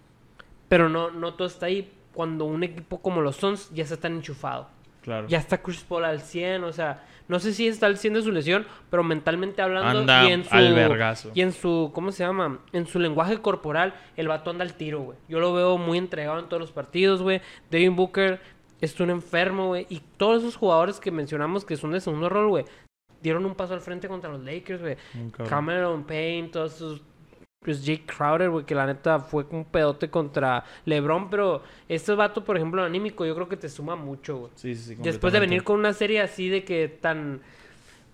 Pero no, no todo está ahí. Cuando un equipo como los Suns ya se están enchufados. Claro. Ya está Chris Paul al 100, o sea, no sé si está al 100 de su lesión, pero mentalmente hablando Anda y en su al vergazo. y en su ¿cómo se llama? En su lenguaje corporal, el vato anda al tiro, güey. Yo lo veo muy entregado en todos los partidos, güey. Devin Booker es un enfermo, güey, y todos esos jugadores que mencionamos que son de segundo rol, güey, dieron un paso al frente contra los Lakers, güey. Un cabrón. Cameron Payne, todos esos. Pues Jake Crowder, güey, que la neta fue un pedote contra LeBron, pero este vato, por ejemplo, anímico, yo creo que te suma mucho, güey. Sí, sí, sí, Después de completamente. venir con una serie así de que tan,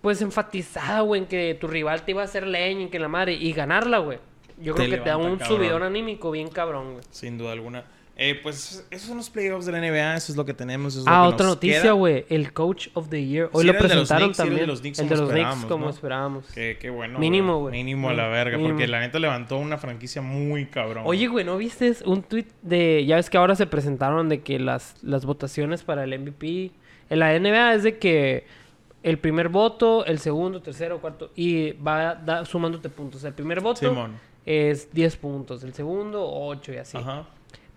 pues enfatizada, güey, en que tu rival te iba a hacer leña y que la madre, y ganarla, güey. Yo Te creo que te da levanta, un cabrón. subidón anímico bien cabrón, güey. Sin duda alguna. Eh, pues esos son los playoffs de la NBA, eso es lo que tenemos. eso es Ah, lo que otra nos noticia, queda. güey. El Coach of the Year. Hoy Sí, era lo el de los presentaron Knicks, sí, era el de también. los Knicks, el de como los Knicks, esperábamos, como ¿no? esperábamos. Qué, qué bueno. Mínimo, güey. Mínimo a la Mm, verga, porque mínimo. la neta levantó una franquicia muy cabrón. Oye, güey, ¿no viste un tweet de. Ya ves que ahora se presentaron de que las, las votaciones para el MVP. En la NBA es de que el primer voto, el segundo, tercero, cuarto. Y va da- sumándote puntos. El primer voto Simón. es 10 puntos. El segundo, 8 y así. Ajá.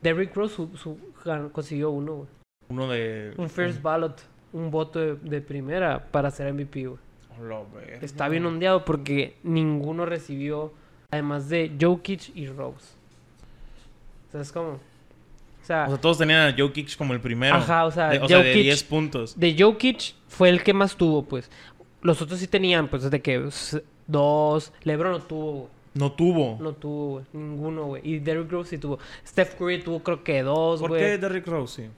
Derrick Rose su- su- gan- consiguió uno, güey. Uno de. Un first ballot. Un voto de, de primera para ser MVP, güey. Hola, oh, verga. Está bien ondeado porque ninguno recibió, además de Jokic y Rose. ¿Sabes cómo? O sea, O sea, todos tenían a Jokic como el primero. Ajá, o sea, de, o sea, de Jokic- 10 puntos. de Jokic fue el que más tuvo, pues. Los otros sí tenían, pues, de que s- dos. LeBron no tuvo, güey. No tuvo. No tuvo, güey. Ninguno, güey. Y Derrick Rose sí tuvo. Steph Curry tuvo, creo que dos, ¿Por güey. qué Derrick Rose? sí?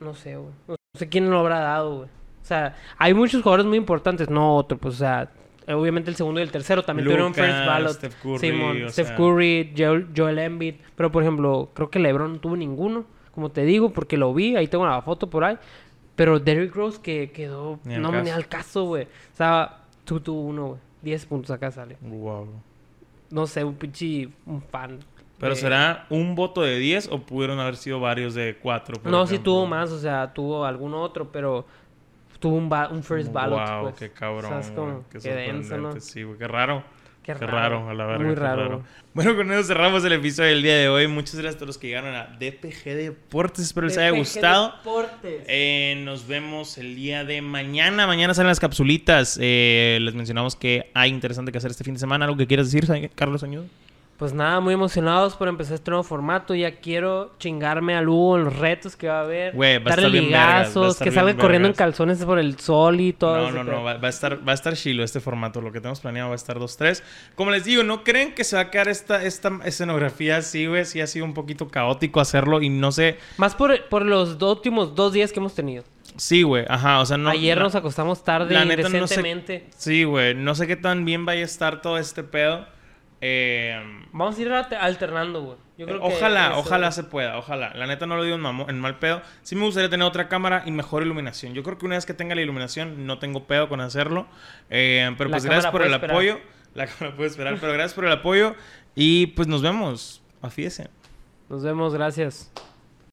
No sé, güey. No sé quién lo habrá dado, güey. O sea, hay muchos jugadores muy importantes, no otro, pues, o sea, obviamente el segundo y el tercero también tuvieron Luka, first ballot. Steph Curry, Simón, o Steph sea. Curry, Joel, Joel Embiid, pero por ejemplo, creo que LeBron no tuvo ninguno, como te digo, porque lo vi, ahí tengo la foto por ahí, pero Derrick Rose que quedó Ni al no caso. ni al caso, güey. O sea, tú tuvo uno, güey. 10 puntos acá sale. Wow. No sé, un pinche un fan. Pero de- será un voto de 10 o pudieron haber sido varios de 4. No, sí tuvo más, o sea, tuvo algún otro, pero tuvo un, ba- un first ballot. Wow, pues. qué cabrón. O sea, es güey, como, qué qué denso, ¿no? sorprendente, Sí, güey, qué raro. Qué Qué raro. raro, a la verga. Muy qué raro, raro. güey. Bueno, con eso cerramos el episodio del día de hoy. Muchas gracias a todos los que llegaron a DPG Deportes. Espero les haya DPG gustado. Deportes. Eh, nos vemos el día de mañana. Mañana salen las capsulitas. Eh, les mencionamos que hay interesante que hacer este fin de semana. ¿Algo que quieras decir, Sa- Carlos Añudo? Pues nada, muy emocionados por empezar este nuevo formato. Ya quiero chingarme al Hugo en los retos que va a haber. Güey, va a darle estar bien vergas, va a ligazos, estar que bien salga corriendo en vergas. calzones por el sol y todo. No, ese no, no, pedo. va, va a estar va a estar chilo este formato, lo que tenemos planeado va a estar 2-3. Como les digo, no creen que se va a quedar esta, esta escenografía así, güey, sí ha sido un poquito caótico hacerlo y no sé, Más por, por los dos últimos dos días que hemos tenido. sí, güey, ajá, o sea, no Ayer no- nos acostamos tarde la y neta no sé- decentemente. Sí, güey, no sé qué tan bien vaya a estar todo este pedo. Eh, Vamos a ir alter- alternando, güey. Yo creo que ojalá, eso- ojalá se pueda, ojalá. La neta no lo digo en, mamo- en mal pedo. Sí me gustaría tener otra cámara y mejor iluminación. Yo creo que una vez que tenga la iluminación, no tengo pedo con hacerlo. Eh, pero La pues cámara gracias por puede el esperar. apoyo. La (laughs) cámara puede esperar, pero gracias por el apoyo. Y pues nos vemos. Afídese. Nos vemos, gracias.